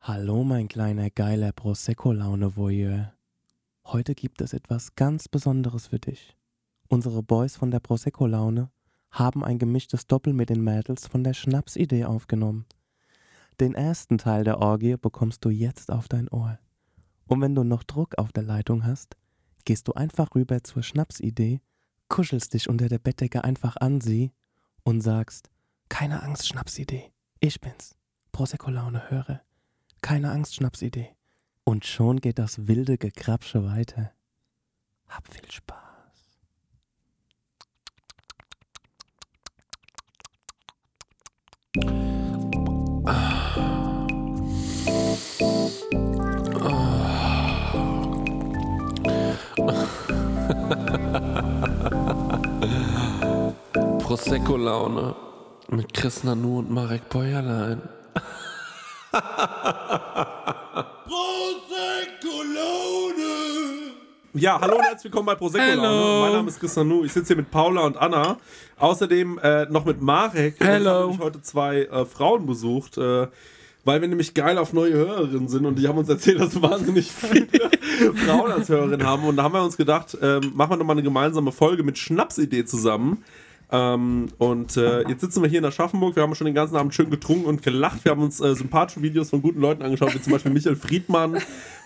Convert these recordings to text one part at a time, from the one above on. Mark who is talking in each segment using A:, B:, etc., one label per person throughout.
A: Hallo, mein kleiner geiler Prosecco-Laune-Voyeur. Heute gibt es etwas ganz Besonderes für dich. Unsere Boys von der Prosecco-Laune haben ein gemischtes Doppel mit den Mädels von der Schnapsidee aufgenommen. Den ersten Teil der Orgie bekommst du jetzt auf dein Ohr. Und wenn du noch Druck auf der Leitung hast, gehst du einfach rüber zur Schnapsidee, kuschelst dich unter der Bettdecke einfach an sie und sagst: Keine Angst, Schnapsidee, ich bin's, Prosecco-Laune-Hörer. Keine Angst, Schnapsidee. Und schon geht das wilde Gekrapsche weiter. Hab viel Spaß.
B: Prosecco-Laune mit Chris Nanu und Marek Bäuerlein.
C: Ja, hallo und herzlich willkommen bei Prosecco Laune. Mein Name ist Christian Nu. Ich sitze hier mit Paula und Anna. Außerdem äh, noch mit Marek.
B: Hello.
C: Uns haben nämlich heute zwei äh, Frauen besucht, äh, weil wir nämlich geil auf neue Hörerinnen sind und die haben uns erzählt, dass wir wahnsinnig viele Frauen als Hörerinnen haben. Und da haben wir uns gedacht, ähm, machen wir nochmal eine gemeinsame Folge mit Schnapsidee zusammen. Ähm, und äh, jetzt sitzen wir hier in Aschaffenburg. Wir haben schon den ganzen Abend schön getrunken und gelacht. Wir haben uns äh, sympathische Videos von guten Leuten angeschaut, wie zum Beispiel Michael Friedmann.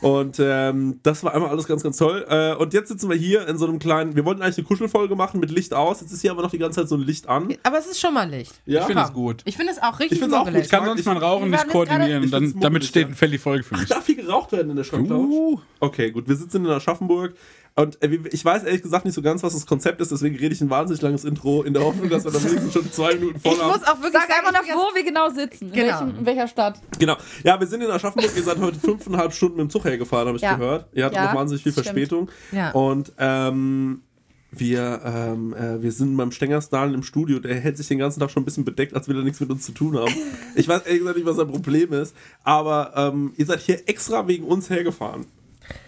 C: Und ähm, das war einmal alles ganz, ganz toll. Äh, und jetzt sitzen wir hier in so einem kleinen. Wir wollten eigentlich eine Kuschelfolge machen mit Licht aus. Jetzt ist hier aber noch die ganze Zeit so ein Licht an.
D: Aber es ist schon mal Licht.
C: Ja,
E: Ich finde es gut.
D: Ich finde es auch richtig
C: Ich find's auch gut.
E: Ich kann
C: mag-
E: sonst
C: ich-
E: mein Rauchen
D: wir
E: nicht
D: haben jetzt gerade-
E: koordinieren.
C: Ich find's
E: Dann, damit
C: mutig,
E: steht
C: ja.
E: ein Fell die Folge für mich.
C: Darf viel geraucht werden in der Schranklounge?
E: Uh.
C: Okay, gut. Wir sitzen in Aschaffenburg. Und äh, wir- ich weiß ehrlich gesagt nicht so ganz, was das Konzept ist, deswegen rede ich ein wahnsinnig langes Intro in der Hoffnung, dass wir dann wenigstens schon zwei Minuten voll
D: Ich
C: haben.
D: muss auch wirklich
F: Sag
D: sagen,
F: einfach noch,
D: ich bin
F: wo wir genau sitzen.
D: Genau.
F: In, welchem, in welcher Stadt.
C: Genau. Ja, wir sind in Aschaffenburg. Ihr seid heute fünfeinhalb Stunden mit dem Zug hergefahren, habe ich
F: Ja.
C: gehört. Ihr hattet
F: Ja,
C: noch wahnsinnig viel
F: stimmt.
C: Verspätung.
D: Ja.
C: Und ähm, wir, ähm, äh, wir sind beim Stengersdalen im Studio. Der hält sich den ganzen Tag schon ein bisschen bedeckt, als will er nichts mit uns zu tun haben. ich weiß ehrlich gesagt nicht, was sein Problem ist. Aber ähm, ihr seid hier extra wegen uns hergefahren.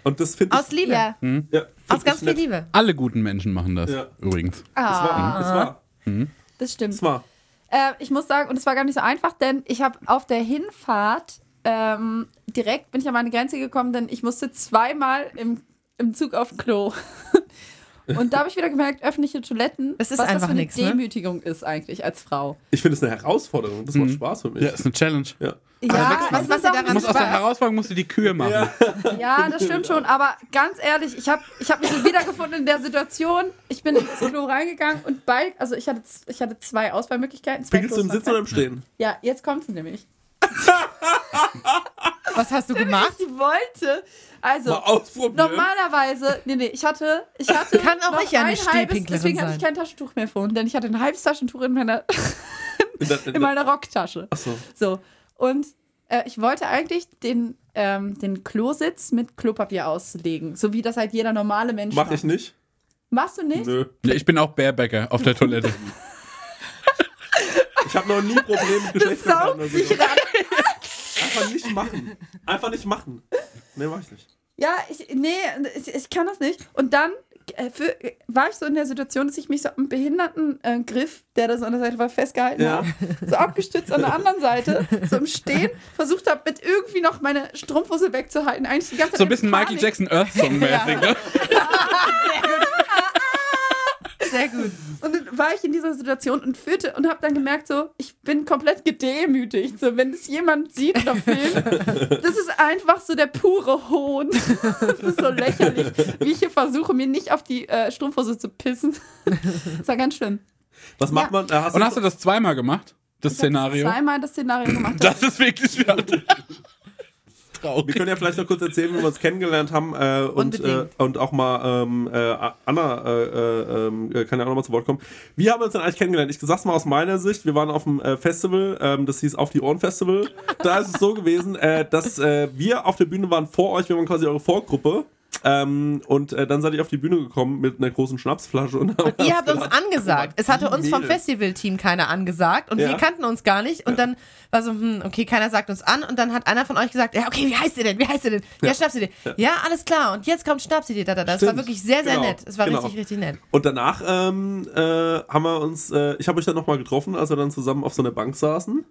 C: Und das finde ich.
D: Aus Liebe.
F: Ja. Hm.
C: ja, find
D: Aus
C: ich
D: ganz viel
C: nett.
D: Liebe.
E: Alle guten Menschen machen das
C: Ja.
E: übrigens.
C: Es war, es war,
F: Ah, Das stimmt.
C: es war.
F: Äh, ich muss sagen, und es war gar nicht so einfach, denn ich habe auf der Hinfahrt ähm, direkt bin ich an meine Grenze gekommen, denn ich musste zweimal im, im Zug auf Klo. Und da habe ich wieder gemerkt, öffentliche Toiletten,
D: Es ist
F: was das
D: einfach
F: für eine
D: nix, ne?
F: Demütigung ist eigentlich als Frau.
C: Ich finde es eine Herausforderung. Das macht Spaß für mich.
E: Ja, ist eine Challenge. Du
C: Ja.
F: Ja,
D: was-
F: es
D: was
F: ist
D: ihr
F: auch
D: daran
F: ein
E: musst aus der
F: Spaß.
E: Herausforderung musst du die Kühe machen.
F: Ja, das stimmt schon, aber ganz ehrlich, ich habe ich hab mich so wiedergefunden in der Situation. Ich bin ins Klo reingegangen und bei, also ich hatte, ich hatte zwei Auswahlmöglichkeiten. Zwei
C: Pinkelst du im
F: Klos.
C: Sitzen oder im Stehen?
F: Ja, jetzt kommt sie nämlich.
D: Was hast du gemacht?
F: Ich wollte, also
C: Mal ausprobieren.
F: normalerweise, nee, nee, ich hatte, ich hatte
D: Kann auch
F: noch
D: ich ja eine
F: ein halbes,
D: Stehpinklerin
F: deswegen hatte ich
D: sein.
F: kein Taschentuch mehr vor, denn ich hatte ein halbes Taschentuch in meiner,
C: In der- in
F: in
C: der-
F: meiner Rocktasche.
C: so.
F: So, und äh, ich wollte eigentlich den, ähm, den Klositz mit Klopapier auslegen, so wie das halt jeder normale Mensch
C: Mach
F: macht.
C: ich nicht?
F: Machst du nicht?
C: Nö.
E: Nee, Ich bin auch Bärbäcker auf der Toilette.
C: Ich habe noch nie Probleme mit Geschlechtsverkehr. Einfach nicht machen. Einfach nicht machen. Nee, mach ich nicht.
F: Ja, ich, nee, ich, ich kann das nicht. Und dann äh, für, war ich so in der Situation, dass ich mich so am behinderten äh, Griff, der da so an der Seite war, festgehalten
C: Ja.
F: habe, so abgestützt an der anderen Seite, so im Stehen, versucht habe, mit irgendwie noch meine Strumpfhose wegzuhalten. Eigentlich die ganze Zeit
E: So ein
F: in
E: bisschen
F: Panik.
E: Michael Jackson Earth Song mäßig. Ne?
D: Sehr gut.
F: Und dann war ich in dieser Situation und führte und habe dann gemerkt, so, ich bin komplett gedemütigt. So, wenn es jemand sieht oder filmt, das ist einfach so der pure Hohn. Das ist so lächerlich, wie ich hier versuche, mir nicht auf die äh, Strumpfhose zu pissen. Das war ganz schlimm.
C: Was macht
F: Ja.
C: man? Äh, hast
E: Und hast du das zweimal gemacht? Das
F: Ich hab
E: Szenario?
F: Zweimal das Szenario gemacht.
E: Das ist wirklich schade.
C: wir können ja vielleicht noch kurz erzählen, wie wir uns kennengelernt haben äh, und, äh,
D: Unbedingt.
C: und auch mal ähm, äh, Anna äh, äh, äh, kann ja auch noch mal zu Wort kommen. Wie haben wir uns denn eigentlich kennengelernt? Ich sag's mal aus meiner Sicht. Wir waren auf dem äh, Festival, ähm, das hieß Auf die Ohren Festival. Da ist es so gewesen, äh, dass äh, wir auf der Bühne waren vor euch, wir waren quasi eure Vorgruppe. Ähm, und äh, dann seid ihr auf die Bühne gekommen mit einer großen Schnapsflasche und haben
D: Ihr habt uns angesagt. Es hatte uns vom Festivalteam keiner angesagt und
C: Ja.
D: wir kannten uns gar nicht. Und dann war so, hm, okay, keiner sagt uns an. Und dann hat einer von euch gesagt, ja, okay, wie heißt ihr denn? Wie heißt ihr denn? Ja, Schnapsidee. Ja. alles klar. Und jetzt kommt Schnapsidee. Da, da, da. Das war
C: Stimmt.
D: wirklich sehr, sehr
C: Genau.
D: nett. Es war
C: Genau.
D: richtig, richtig nett.
C: Und danach ähm, äh, haben wir uns, äh, ich habe euch dann nochmal getroffen, als wir dann zusammen auf so einer Bank saßen.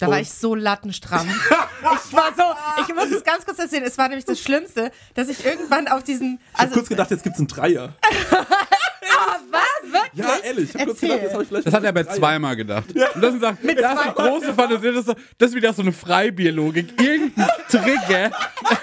D: Da war ich so lattenstramm. ich war so, ich muss es ganz kurz erzählen, es war nämlich das Schlimmste, dass ich irgendwann auf diesen,
C: Ich hab
D: also Ah,
C: kurz gedacht, jetzt gibt's einen Dreier.
D: was? Wirklich?
C: Ja, ehrlich. Ich hab kurz
D: Erzähl.
C: gedacht, jetzt hab ich vielleicht
E: Das hat er aber
C: einen Dreier.
E: zweimal gedacht. Und das ist eine, das ist eine große Fantasie, das ist, das ist wieder so eine Freibierlogik. Irgendein Trigger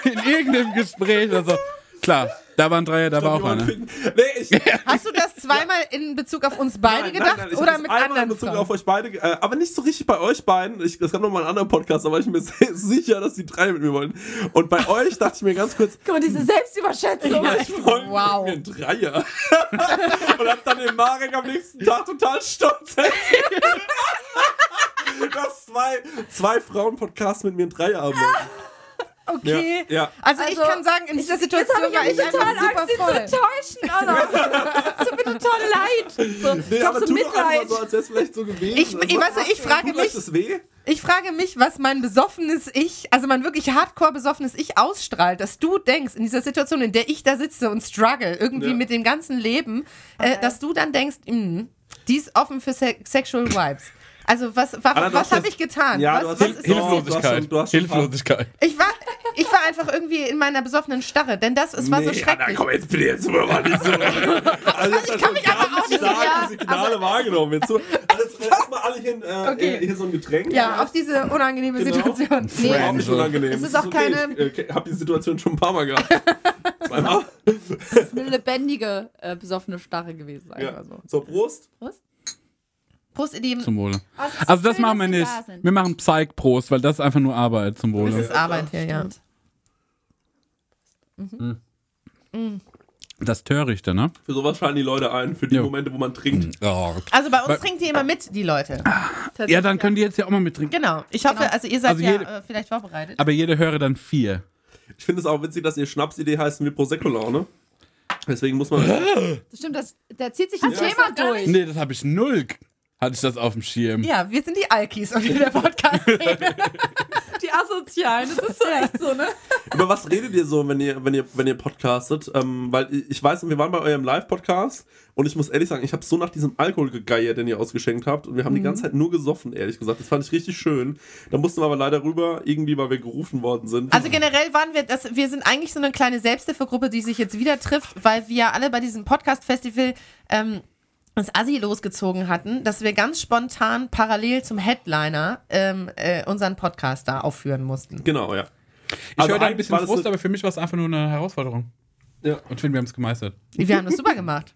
E: in irgendeinem Gespräch. Also, klar, da war ein Dreier, da war auch
C: Jemand
E: einer. ne?
C: finden. Nee, ich.
D: Hast du das zweimal in Bezug auf uns beide
C: Nein, nein,
D: gedacht
C: nein, ich
D: oder
C: hab das
D: mit
C: einmal
D: anderen
C: in Bezug
D: Frauen?
C: auf euch beide, ge- äh, aber nicht so richtig bei euch beiden. Ich, es gab noch mal einen anderen Podcast, da war ich mir sehr sicher, dass die drei mit mir wollen. Und bei euch dachte ich mir ganz kurz,
F: Guck mal, diese Selbstüberschätzung.
C: ich wollte
D: Wow.
C: mir einen Dreier. Und hab dann den Marek am nächsten Tag total stolz erzählt, dass zwei, zwei Frauen-Podcasts mit mir einen Dreier haben wollen.
D: Okay.
C: Ja, ja.
D: Also,
F: Also,
D: ich kann sagen, in dieser Situation
F: Jetzt
D: war
F: habe
D: ich
F: ich aber
D: einfach
F: total
D: super
F: Angst, sie
D: voll.
F: zu täuschen, Anna. Das tut mir total leid. So,
C: Nee,
F: ich hab
C: aber
F: so
C: tu doch einfach
F: Mitleid.
C: mal so, als wäre es vielleicht so gewesen.
D: Ich- ich weiß nicht, ich frage
C: Tut euch
D: mich-
C: das weh?
D: Ich frage mich, was mein besoffenes Ich, also mein wirklich hardcore besoffenes Ich ausstrahlt, dass du denkst, in dieser Situation, in der ich da sitze und struggle, irgendwie
C: Ja.
D: mit dem ganzen Leben, äh, dass du dann denkst, mh, die ist offen für se sexual vibes. Also was, wa
C: Anna, du
D: was
C: hast
D: habe
C: das-
D: ich getan?
C: Ja, du
D: was,
C: hast
D: was
C: das-
D: ist
C: Hilf- Du hast
E: Hilflosigkeit.
C: schon- du hast schon-
E: Hilflosigkeit.
D: ich, war, ich war einfach irgendwie in meiner besoffenen Starre, denn das ist, war so
C: Anna,
D: schrecklich.
C: komm jetzt bitte jetzt immer mal nicht so. also, ich
D: kann mich einfach auch nicht- ja,
C: starke Signale wahrgenommen. Jetzt so, also, erstmal alle hier, ein, äh,
D: Okay.
C: hier so ein Getränk.
D: ja, auf diese unangenehme
C: Genau.
D: Situation. Nee,
C: Überhaupt nicht unangenehm.
D: Es ist auch keine- Genau.
C: Ich äh, habe die Situation schon ein paar Mal gehabt. Zweimal.
F: Das ist eine lebendige, äh, besoffene Starre gewesen. sagen wir
C: Ja.
D: Also.
C: So,
F: so.
C: Prost.
D: Prost, ihr Lieben.
E: Zum Wohle.
F: Also, es ist
E: Also das
F: schön,
E: machen wir
F: dass Sie
E: nicht.
F: da sind.
E: Wir machen Psych-Prost, weil das ist einfach nur Arbeit zum
D: Das
E: Wohle.
D: ist Arbeit hier, ja.
F: Stimmt.
E: Das Törichte, ne?
C: Für sowas schalten die Leute ein, für die
E: Jo. Mhm.
C: Momente, wo man trinkt.
D: Also bei uns
E: Weil-
D: trinkt ihr immer mit, die Leute.
C: Ah.
E: Ja, dann können die jetzt ja auch mal mittrinken.
D: Genau. Ich hoffe,
F: Genau.
D: also ihr seid
E: Also
D: ja
E: jede-
D: äh, vielleicht vorbereitet.
E: Aber jeder höre dann vier.
C: Ich finde es auch witzig, dass ihr Schnapsidee heißen wie Prosecco-Laune. Deswegen muss man.
F: Das stimmt, das, da zieht sich ein
D: Ja.
F: Thema durch.
E: Nee, das habe ich null. Hatte ich das auf dem Schirm.
D: Ja, wir sind die Alkis und in der Podcast.
F: Die Asozialen, das ist so echt so, ne?
C: Über was redet ihr so, wenn ihr, wenn ihr, wenn ihr podcastet? Ähm, weil ich- ich weiß, wir waren bei eurem Live-Podcast und ich muss ehrlich sagen, ich habe so nach diesem Alkohol gegeiert, den ihr ausgeschenkt habt. Und wir haben
D: Mhm.
C: die ganze Zeit nur gesoffen, ehrlich gesagt. Das fand ich richtig schön. Da mussten wir aber leider rüber, irgendwie, weil wir gerufen worden sind.
D: Also generell waren wir, das, wir sind eigentlich so eine kleine Selbsthilfegruppe, die sich jetzt wieder trifft, weil wir alle bei diesem Podcast-Festival ähm, das Assi losgezogen hatten, dass wir ganz spontan parallel zum Headliner ähm, äh, unseren Podcast da aufführen mussten.
C: genau, ja.
E: Ich höre da Also ein
C: eigentlich
E: bisschen
C: war das
E: Frust,
C: eine-
E: aber für mich war es einfach nur eine Herausforderung.
C: Ja.
E: Und ich finde, wir haben es gemeistert.
D: Wir haben das super gemacht.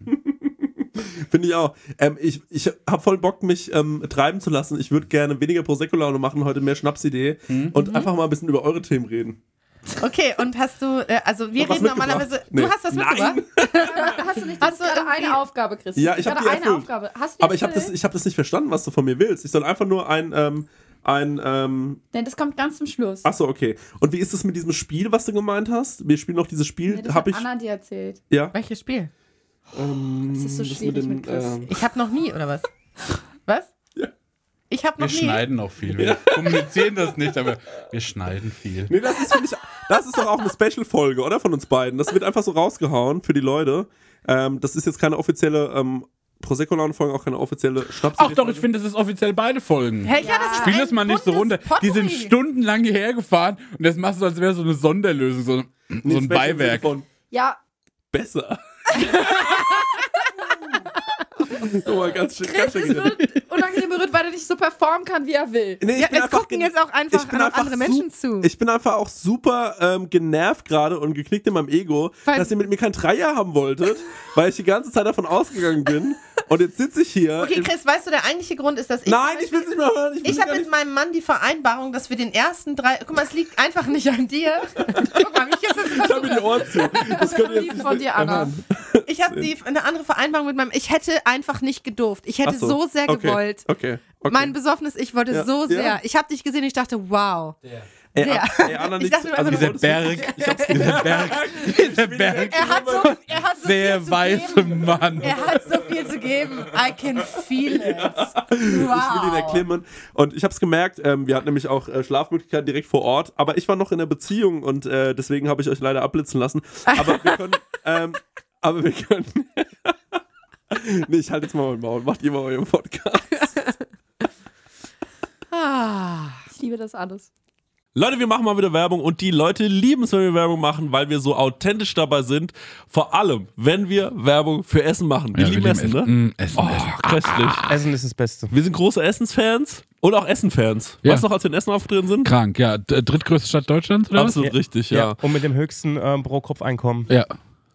C: Finde ich auch. Ähm, ich ich habe voll Bock, mich ähm, treiben zu lassen. Ich würde gerne weniger Prosecco-Laune machen, heute mehr Schnapsidee
F: Mhm.
C: und einfach mal ein bisschen über eure Themen reden.
D: Okay, und hast du, äh, also wir
C: Hab was
D: reden
C: mitgebracht?
D: normalerweise,
C: Nee.
D: du hast was
C: Nein.
D: mitgebracht?
F: Hast du nicht
D: Hast du
F: gerade
D: irgendwie-
F: eine Aufgabe, Christian?
C: Ja, ich hab
F: Gerade
C: die
F: eine
C: erfüllt.
F: Aufgabe. Hast du die
C: Aber ich habe das,
F: erfüllt?
C: ich hab das nicht verstanden, was du von mir willst. Ich soll einfach nur ein, ähm, ein ähm,
F: Nein, das kommt ganz zum Schluss.
C: Achso, okay. Und wie ist es mit diesem Spiel, was du gemeint hast? Wir spielen noch dieses Spiel,
F: Nee, das
C: hab
F: hat
C: ich.
F: Anna dir erzählt.
C: Ja.
D: Welches Spiel?
C: Ähm,
F: Das ist so
C: das
F: schwierig mit Chris.
C: ähm,
D: Ich habe noch nie, oder was? Was?
C: Ja.
D: Ich habe
E: Wir
D: noch nie.
E: schneiden auch viel. Wir kommunizieren das nicht, aber wir schneiden viel.
C: Nee, das ist, finde ich, das ist doch auch eine Special-Folge, oder? Von uns beiden. Das wird einfach so rausgehauen für die Leute. Ähm, das ist jetzt keine offizielle ähm, Prosecco-Laune-Folge, auch keine offizielle Schnaps.
E: Ach doch, ich finde, das ist offiziell beide Folgen.
D: Hey, ja, das ist
E: Spiel
D: Ah, ein
E: das mal nicht so
D: buntes
E: runter. Die sind
D: Potpourri.
E: stundenlang hierher gefahren und das machst du, als wäre so eine Sonderlösung, so, so ein Beiwerk.
C: Von
F: Ja,
C: besser. oh mein, ganz schön, ganz
F: Chris
C: schön
F: ist
C: geredet.
F: nur unangenehm berührt, weil er nicht so performen kann, wie er will.
C: Nee, ich
D: Ja,
C: bin
D: es
C: einfach
D: gucken
C: gen-
D: jetzt auch einfach,
C: ich bin
D: an-
C: einfach
D: andere Menschen zu.
C: Ich bin einfach auch super ähm, genervt gerade und geknickt in meinem Ego,
D: Weil-
C: dass ihr mit mir kein Dreier haben wolltet, weil ich die ganze Zeit davon ausgegangen bin. Und jetzt sitze ich hier.
D: Okay,
C: im-
D: Chris, weißt du, der eigentliche Grund ist, dass ich.
C: Nein, ich will es nicht mehr hören. Ich, will's
D: Ich habe
C: gar
D: mit
C: nicht.
D: meinem Mann die Vereinbarung, dass wir den ersten drei. Guck mal, es liegt einfach nicht an dir. Guck mal, mich ist
C: Ich habe mir die Ohren zu. Das könnt ihr
F: Lieb
C: jetzt nicht
F: von dir, Anna.
D: Ich habe die- eine andere Vereinbarung mit meinem. Ich hätte einfach nicht gedurft. Ich hätte
C: Ach so.
D: so sehr
C: Okay.
D: gewollt.
C: Okay. okay.
D: Mein besoffenes Ich wollte
C: Ja,
D: so
C: ja.
D: sehr. Ich habe dich gesehen. Ich dachte, wow.
C: ey,
D: der.
C: An- ey, Anna,
D: Ich
C: nichts-
D: dachte mir
C: also
D: einfach
C: du
E: Dieser
D: nur-
C: wolltest nicht-
E: Berg, dieser Berg, dieser Berg,
D: Er hat so, er hat so viel
E: sehr
D: zu
E: weiße
D: geben.
E: Mann.
D: Er hat so viel zu geben. I can feel it. Wow.
C: Ich will ihn erklimmen. Und ich habe es gemerkt, ähm, wir hatten nämlich auch äh, Schlafmöglichkeiten direkt vor Ort, aber ich war noch in der Beziehung und äh, deswegen habe ich euch leider abblitzen lassen. Aber wir können. ähm, aber wir können. nee, ich halte jetzt mal mein Maul. Macht ihr mal euren Podcast.
D: Ah.
F: Ich liebe das alles.
C: Leute, wir machen mal wieder Werbung und die Leute lieben es, wenn wir Werbung machen, weil wir so authentisch dabei sind. Vor allem, wenn wir Werbung für Essen machen. Wir
E: Ja,
C: lieben Essen, ne?
E: Mm, Essen,
C: Oh,
E: Essen.
C: köstlich.
A: Essen ist das Beste.
C: Wir sind große Essensfans und auch Essen-Fans.
E: Ja.
C: Weißt du noch, als wir in Essen aufgetreten sind?
E: Krank, ja. D- Drittgrößte Stadt Deutschlands, oder? was?
C: Absolut richtig, ja.
A: Und mit dem höchsten ähm, Pro-Kopf-Einkommen.
E: Ja.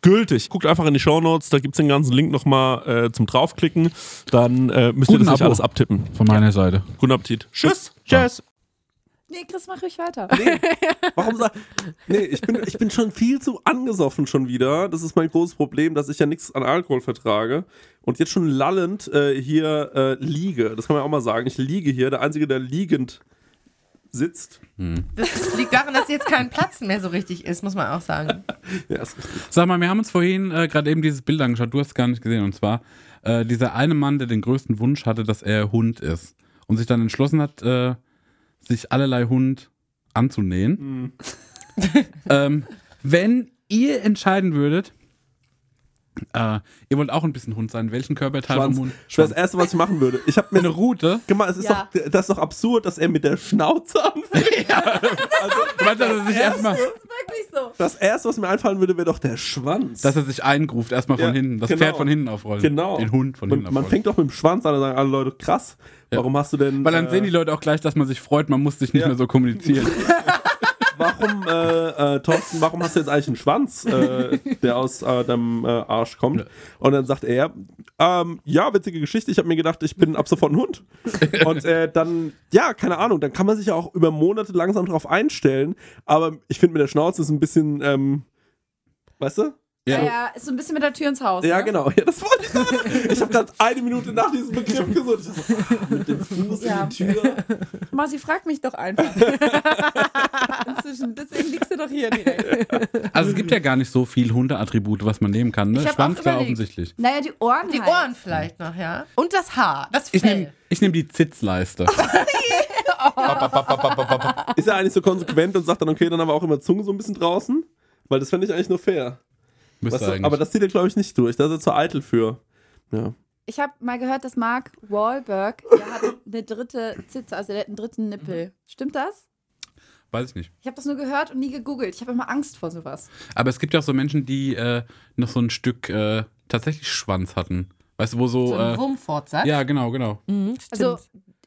C: gültig. Guckt einfach in die Shownotes, da gibt's den ganzen Link nochmal äh, zum draufklicken. Dann äh, müsst ihr
E: Guten
C: das nicht
E: Abo.
C: alles abtippen.
E: Von meiner Seite.
C: Guten Appetit. Tschüss.
A: Tschüss.
F: Nee, Chris, mach ruhig weiter.
C: Warum sag Nee, ich bin, ich bin schon viel zu angesoffen schon wieder. Das ist mein großes Problem, dass ich ja nichts an Alkohol vertrage. Und jetzt schon lallend äh, hier äh, liege. Das kann man ja auch mal sagen. Ich liege hier, der Einzige, der liegend sitzt.
D: Das liegt daran, dass jetzt kein Platz mehr so richtig ist, muss man auch sagen.
C: Ja, ist richtig.
E: Sag mal, wir haben uns vorhin äh, gerade eben dieses Bild angeschaut, du hast es gar nicht gesehen. Und zwar äh, dieser eine Mann, der den größten Wunsch hatte, dass er Hund ist. Und sich dann entschlossen hat, äh, sich allerlei Hund anzunähen. ähm, wenn ihr entscheiden würdet, äh, ihr wollt auch ein bisschen Hund sein, welchen Körperteil
C: Schwanz.
E: vom Hund?
C: Das wäre das Erste, was ich machen würde. Ich habe mir
E: Eine Rute?
C: Guck mal, es ist
F: Ja.
C: doch, das ist doch absurd, dass er mit der Schnauze anfängt. Also,
E: Du meinst, dass er sich erstmal,
F: Das ist wirklich so.
C: das erste, was mir einfallen würde, wäre doch der Schwanz.
E: dass er sich eingruft, erstmal von
C: Ja,
E: hinten, das
C: genau.
E: Pferd von hinten aufrollen.
C: genau.
E: Den Hund von
C: man,
E: hinten
C: Man
E: aufrollen.
C: fängt doch mit dem Schwanz an und sagen alle Leute, krass, warum hast du denn.
E: Weil dann
C: äh,
E: sehen die Leute auch gleich, dass man sich freut, man muss sich nicht
C: Ja.
E: mehr so kommunizieren.
C: Warum, äh, äh, Thorsten, warum hast du jetzt eigentlich einen Schwanz, äh, der aus äh, deinem äh, Arsch kommt? Und dann sagt er, ähm, ja, witzige Geschichte, ich habe mir gedacht, ich bin ab sofort ein Hund. Und äh, dann, ja, keine Ahnung, dann kann man sich ja auch über Monate langsam drauf einstellen. Aber ich finde, mit der Schnauze ist ein bisschen, ähm, weißt du?
E: Ja.
F: Ja. ja, ist so ein bisschen mit der Tür ins Haus.
C: Ja,
F: ne?
C: genau. Ja, das wollte ich sagen. Ich habe gerade eine Minute nach diesem Begriff gesucht. Ich so, ah, mit dem Fuß
F: Ja.
C: in die Tür.
F: Marci, frag mich doch einfach. Inzwischen, deswegen liegst du doch hier direkt.
E: Also es gibt ja gar nicht so viel Hundeattribute, was man nehmen kann. Ne?
D: Ich hab
E: Schwanz
D: auch
E: klar
D: überlegt.
E: offensichtlich.
F: Naja, die Ohren.
D: Die
F: halt.
D: Ohren vielleicht noch, ja. Und das Haar, das
E: Ich
D: Fell.
E: nehme ich nehm die Zitzleiste.
C: Ist er eigentlich so konsequent und sagt dann, okay, dann haben wir auch immer Zunge so ein bisschen draußen? Weil das fände ich eigentlich nur fair.
E: Müsste
C: Weißt du,
E: eigentlich.
C: aber das zieht er, glaube ich, nicht durch. Da ist er zu eitel für. Ja.
F: Ich habe mal gehört, dass Mark Wahlberg, der hat eine dritte Zitze, also der hat einen dritten
C: Mhm.
F: Nippel. Stimmt das?
E: Weiß ich nicht.
F: Ich habe das nur gehört und nie gegoogelt. Ich habe immer Angst vor sowas.
E: Aber es gibt ja auch so Menschen, die äh, noch so ein Stück äh, tatsächlich Schwanz hatten. Weißt du, wo so.
D: so ein
E: äh,
D: Rumpfortsatz.
E: ja, genau, genau.
D: Mhm, stimmt.
F: Also,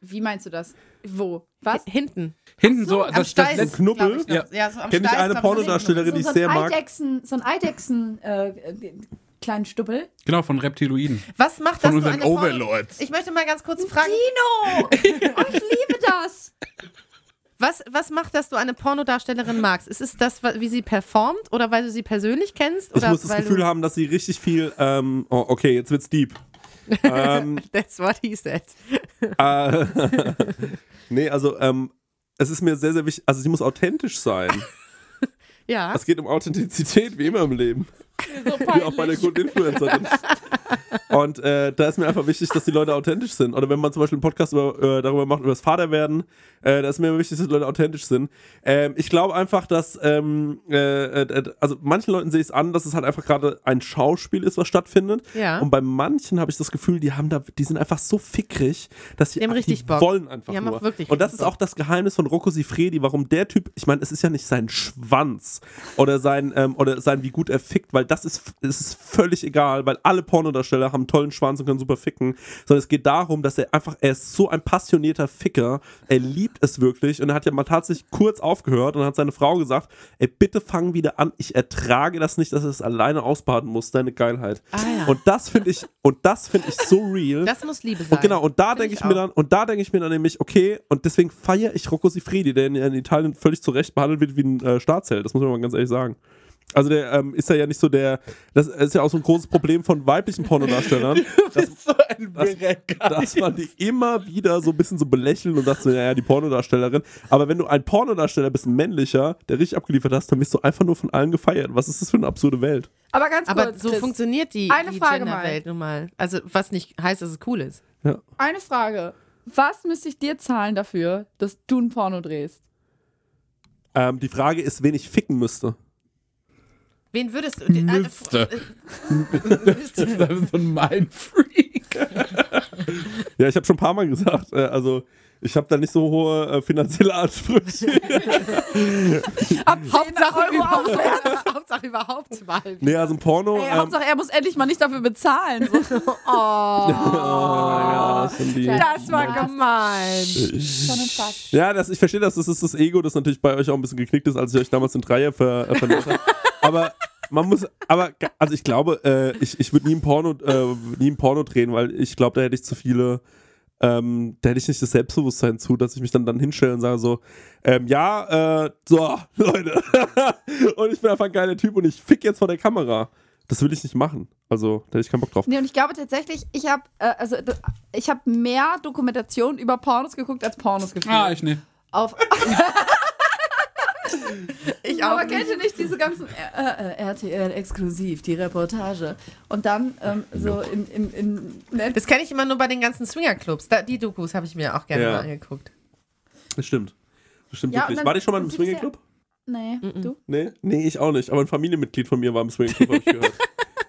F: wie meinst du das? Wo? Was?
D: H- hinten.
E: Hinten so,
D: am
E: das, das
D: Steiß,
E: letzte.
C: Knubbel?
D: glaub ich noch.
E: Ja.
D: ja so am
C: Kenn ich
D: Steiß,
C: eine
D: glaub ich, noch
C: Pornodarstellerin, die
D: hinten.
C: ich
F: so,
C: sehr
F: ein
C: mag.
F: Eidechsen, so ein Eidechsen, äh, äh, kleinen Stubbel.
E: Genau, von Reptiloiden.
D: Was macht das
E: Von
D: so
E: unseren
D: eine Porno-
E: Overlords.
D: Ich möchte mal ganz kurz fragen,
F: Dino! oh, ich liebe das!
D: was, was macht, dass du eine Pornodarstellerin magst? Ist es das, wa- wie sie performt oder weil du sie persönlich kennst?
C: Ich
D: Oder
C: muss das
D: weil
C: Gefühl
D: du,
C: haben, dass sie richtig viel. Ähm, oh, okay, jetzt wird's deep. ähm,
D: That's what he said.
C: äh, nee, also ähm, es ist mir sehr, sehr wichtig. Also sie muss authentisch sein.
D: Ja.
C: Es geht um Authentizität, wie immer im Leben.
F: So
C: Wie auch bei der
F: peinlich.
C: guten Influencerin. Und äh, da ist mir einfach wichtig, dass die Leute authentisch sind. Oder wenn man zum Beispiel einen Podcast über, äh, darüber macht, über das Vaterwerden, äh, da ist mir immer wichtig, dass die Leute authentisch sind. Ähm, ich glaube einfach, dass, ähm, äh, äh, also manchen Leuten sehe ich es an, dass es halt einfach gerade ein Schauspiel ist, was stattfindet.
D: Ja.
C: Und bei manchen habe ich das Gefühl, die haben da, die sind einfach so fickrig, dass die,
D: Die haben richtig
C: die
D: Bock.
C: wollen einfach
D: Die haben
C: nur.
D: auch wirklich
C: Und das
D: richtig
C: ist auch das Geheimnis von Rocco Sifredi, warum der Typ, ich meine, es ist ja nicht sein Schwanz oder sein, ähm, oder sein, wie gut er fickt, weil das ist, es ist völlig egal, weil alle Pornodarsteller haben einen tollen Schwanz und können super ficken, sondern es geht darum, dass er einfach, er ist so ein passionierter Ficker, er liebt es wirklich und er hat ja mal tatsächlich kurz aufgehört und hat seine Frau gesagt, ey, bitte fang wieder an, ich ertrage das nicht, dass er es alleine ausbaden muss, deine Geilheit.
D: Ah, ja.
C: Und das finde ich, und das finde ich so real.
D: Das muss Liebe sein.
C: Und genau, und da
D: Find
C: denke
D: ich
C: ich, mir
D: auch.
C: dann, und da denke ich mir dann nämlich, okay, und deswegen feiere ich Rocco Sifredi, der in, in Italien völlig zu Recht behandelt wird wie ein äh, Staatsheld, das muss man mal ganz ehrlich sagen. Also der ähm, ist ja ja nicht so der, das ist ja auch so ein großes Problem von weiblichen Pornodarstellern, dass,
B: So ein Brecker.
C: dass man die immer wieder so ein bisschen so belächelt und sagt so, naja, die Pornodarstellerin. Aber wenn du ein Pornodarsteller bist, ein männlicher, der richtig abgeliefert hast, dann wirst du einfach nur von allen gefeiert. Was ist das für eine absurde Welt?
F: Aber ganz
D: Aber
F: kurz,
D: so
F: Chris,
D: funktioniert die,
F: Eine
D: die
F: Frage
D: Genderwelt nun mal. Also, was nicht heißt, dass es cool ist.
C: Ja.
F: eine Frage. Was müsste ich dir zahlen dafür, dass du ein Porno drehst?
C: Ähm, die Frage ist, wen ich ficken müsste.
D: Wen würdest du.
E: Müsste.
D: Müsste.
E: Das ist so ein Mindfreak.
C: Ja, ich habe schon ein paar Mal gesagt, äh, also ich habe da nicht so hohe äh, finanzielle Ansprüche.
F: Ab
D: Hauptsache,
F: 10 Euro aufwärts.
D: überhaupt, Hauptsache überhaupt mal.
C: nee, also ein Porno.
F: Ey,
C: ähm,
F: Hauptsache, er muss endlich mal nicht dafür bezahlen. So.
C: oh, ja, das sind die.
F: Das war
D: gemein.
C: Ja, das, ich verstehe das. Das ist das Ego, das natürlich bei euch auch ein bisschen geknickt ist, als ich euch damals in Dreier ver, äh, verloren habe. Aber man muss, aber, ga- also ich glaube, äh, ich, ich würde nie ein Porno, äh, nie ein Porno drehen, weil ich glaube, da hätte ich zu viele, ähm, da hätte ich nicht das Selbstbewusstsein zu, dass ich mich dann, dann hinstelle und sage so, ähm, ja, äh, so, Leute. und ich bin einfach ein geiler Typ und ich fick jetzt vor der Kamera. Das will ich nicht machen. Also, da hätte ich keinen Bock drauf.
F: Nee, und ich glaube tatsächlich, ich habe äh, also, d- ich hab mehr Dokumentationen über Pornos geguckt als Pornos geguckt.
E: Ah, ich nehme.
F: Auf,
D: Ich auch.
F: aber kennt ihr nicht diese ganzen äh, äh, RTL exklusiv, die Reportage? Und dann ähm, so im, im, im Netz.
D: Das kenne ich immer nur bei den ganzen Swingerclubs. Da, die Dokus habe ich mir auch gerne
C: Ja.
D: mal angeguckt.
C: Das stimmt. Das stimmt
F: Ja, und
C: wirklich.
F: dann-
C: War ich schon mal im
F: dann sieht es ja-
C: Swingerclub?
F: Nee, du?
C: Nee, nee, ich auch nicht. Aber ein Familienmitglied von mir war im Swingerclub, habe ich gehört.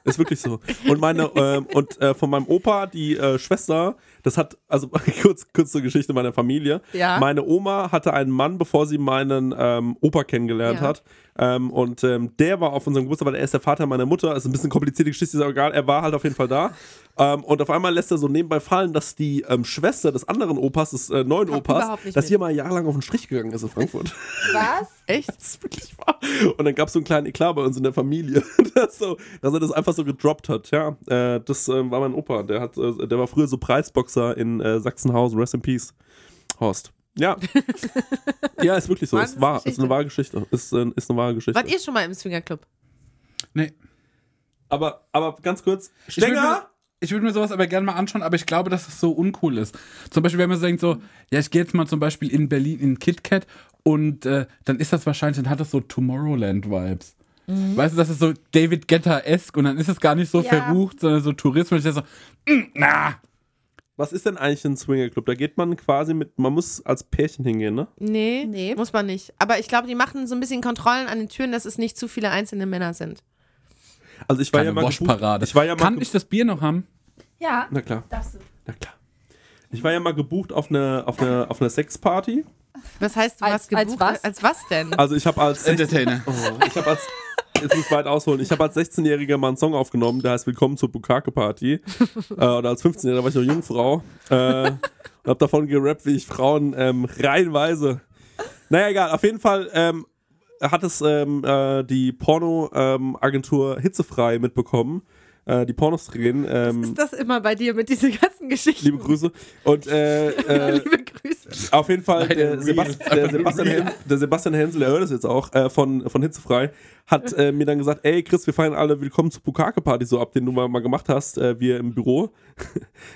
C: Ist wirklich so. Und meine, ähm, und äh, von meinem Opa, die äh, Schwester, das hat, also kurz, kurz zur Geschichte meiner Familie.
D: Ja.
C: Meine Oma hatte einen Mann, bevor sie meinen ähm, Opa kennengelernt
D: Ja.
C: hat. Ähm, und ähm, der war auf unserem Geburtstag, weil er ist der Vater meiner Mutter. Ist ein bisschen komplizierte Geschichte, ist aber egal. Er war halt auf jeden Fall da. Ähm, und auf einmal lässt er so nebenbei fallen, dass die ähm, Schwester des anderen Opas, des äh, neuen
D: Kommt
C: Opas,
D: überhaupt nicht
C: dass
D: mit.
C: hier mal jahrelang auf den Strich gegangen ist in Frankfurt.
F: Was?
D: Echt?
C: Das ist wirklich wahr. Und dann gab es so einen kleinen Eklat bei uns in der Familie, dass, so, dass er das einfach so gedroppt hat. Ja, äh, das äh, war mein Opa. Der, hat, äh, der war früher so Preisboxer in äh, Sachsenhausen. Rest in Peace, Horst. Ja. ja, ist wirklich so.
D: Wahnsinn,
C: Ist wahr. Ist
D: Geschichte.
C: eine wahre Geschichte. Ist, äh, ist eine wahre Geschichte.
D: Wart ihr schon mal im Swingerclub?
E: Nee.
C: Aber, aber ganz kurz, Stenger!
E: Ich würde mir sowas aber gerne mal anschauen, aber ich glaube, dass es so uncool ist. Zum Beispiel, wenn man so denkt, so, ja, ich gehe jetzt mal zum Beispiel in Berlin in KitKat und äh, dann ist das wahrscheinlich, dann hat das so Tomorrowland-Vibes. Weißt du, das ist so David Getter-esque und dann ist es gar nicht so
F: Mhm. Ja.
E: verrucht, sondern so touristisch. Ich denk so, mm, na,
C: Was ist denn eigentlich ein Swingerclub? Da geht man quasi mit, man muss als Pärchen hingehen, ne?
D: Nee,
F: Nee.
D: muss man nicht. Aber ich glaube, die machen so ein bisschen Kontrollen an den Türen, dass es nicht zu viele einzelne Männer sind.
C: Also ich war
E: keine
C: ja mal gebucht-
E: Waschparade.
C: Ich war ja mal
E: Kann
C: ge-
E: ich das Bier noch haben?
F: Ja,
C: Na klar,
F: darfst du.
C: na klar. Ich war ja mal gebucht auf eine, auf eine, auf eine Sexparty.
D: Was heißt, du
F: Als-
D: hast gebucht?
F: als was?
D: als was denn?
C: Also ich habe als
E: Entertainer.
C: Oh, ich habe als jetzt muss ich weit ausholen. Ich habe als 16-Jähriger mal einen Song aufgenommen, der heißt Willkommen zur Bukake Party. äh, oder als 15-Jähriger war ich noch Jungfrau äh, und habe davon gerappt, wie ich Frauen ähm, reihenweise. Naja, egal. Auf jeden Fall ähm, hat es ähm, äh, die Porno-Agentur ähm, hitzefrei mitbekommen. Äh, die Pornostrin. Ähm,
D: ist das immer bei dir mit diesen ganzen Geschichten?
C: liebe Grüße. Und äh, äh,
D: Liebe Grüße.
C: auf jeden Fall,
E: Leider
C: der,
E: real.
C: Sebast der, Sebastian Hen der Sebastian Hensel, der hört es jetzt auch, äh, von, von Hitzefrei, hat äh, mir dann gesagt, ey Chris, wir feiern alle Willkommen zur Pukake-Party so ab, den du mal, mal gemacht hast, äh, wir im Büro.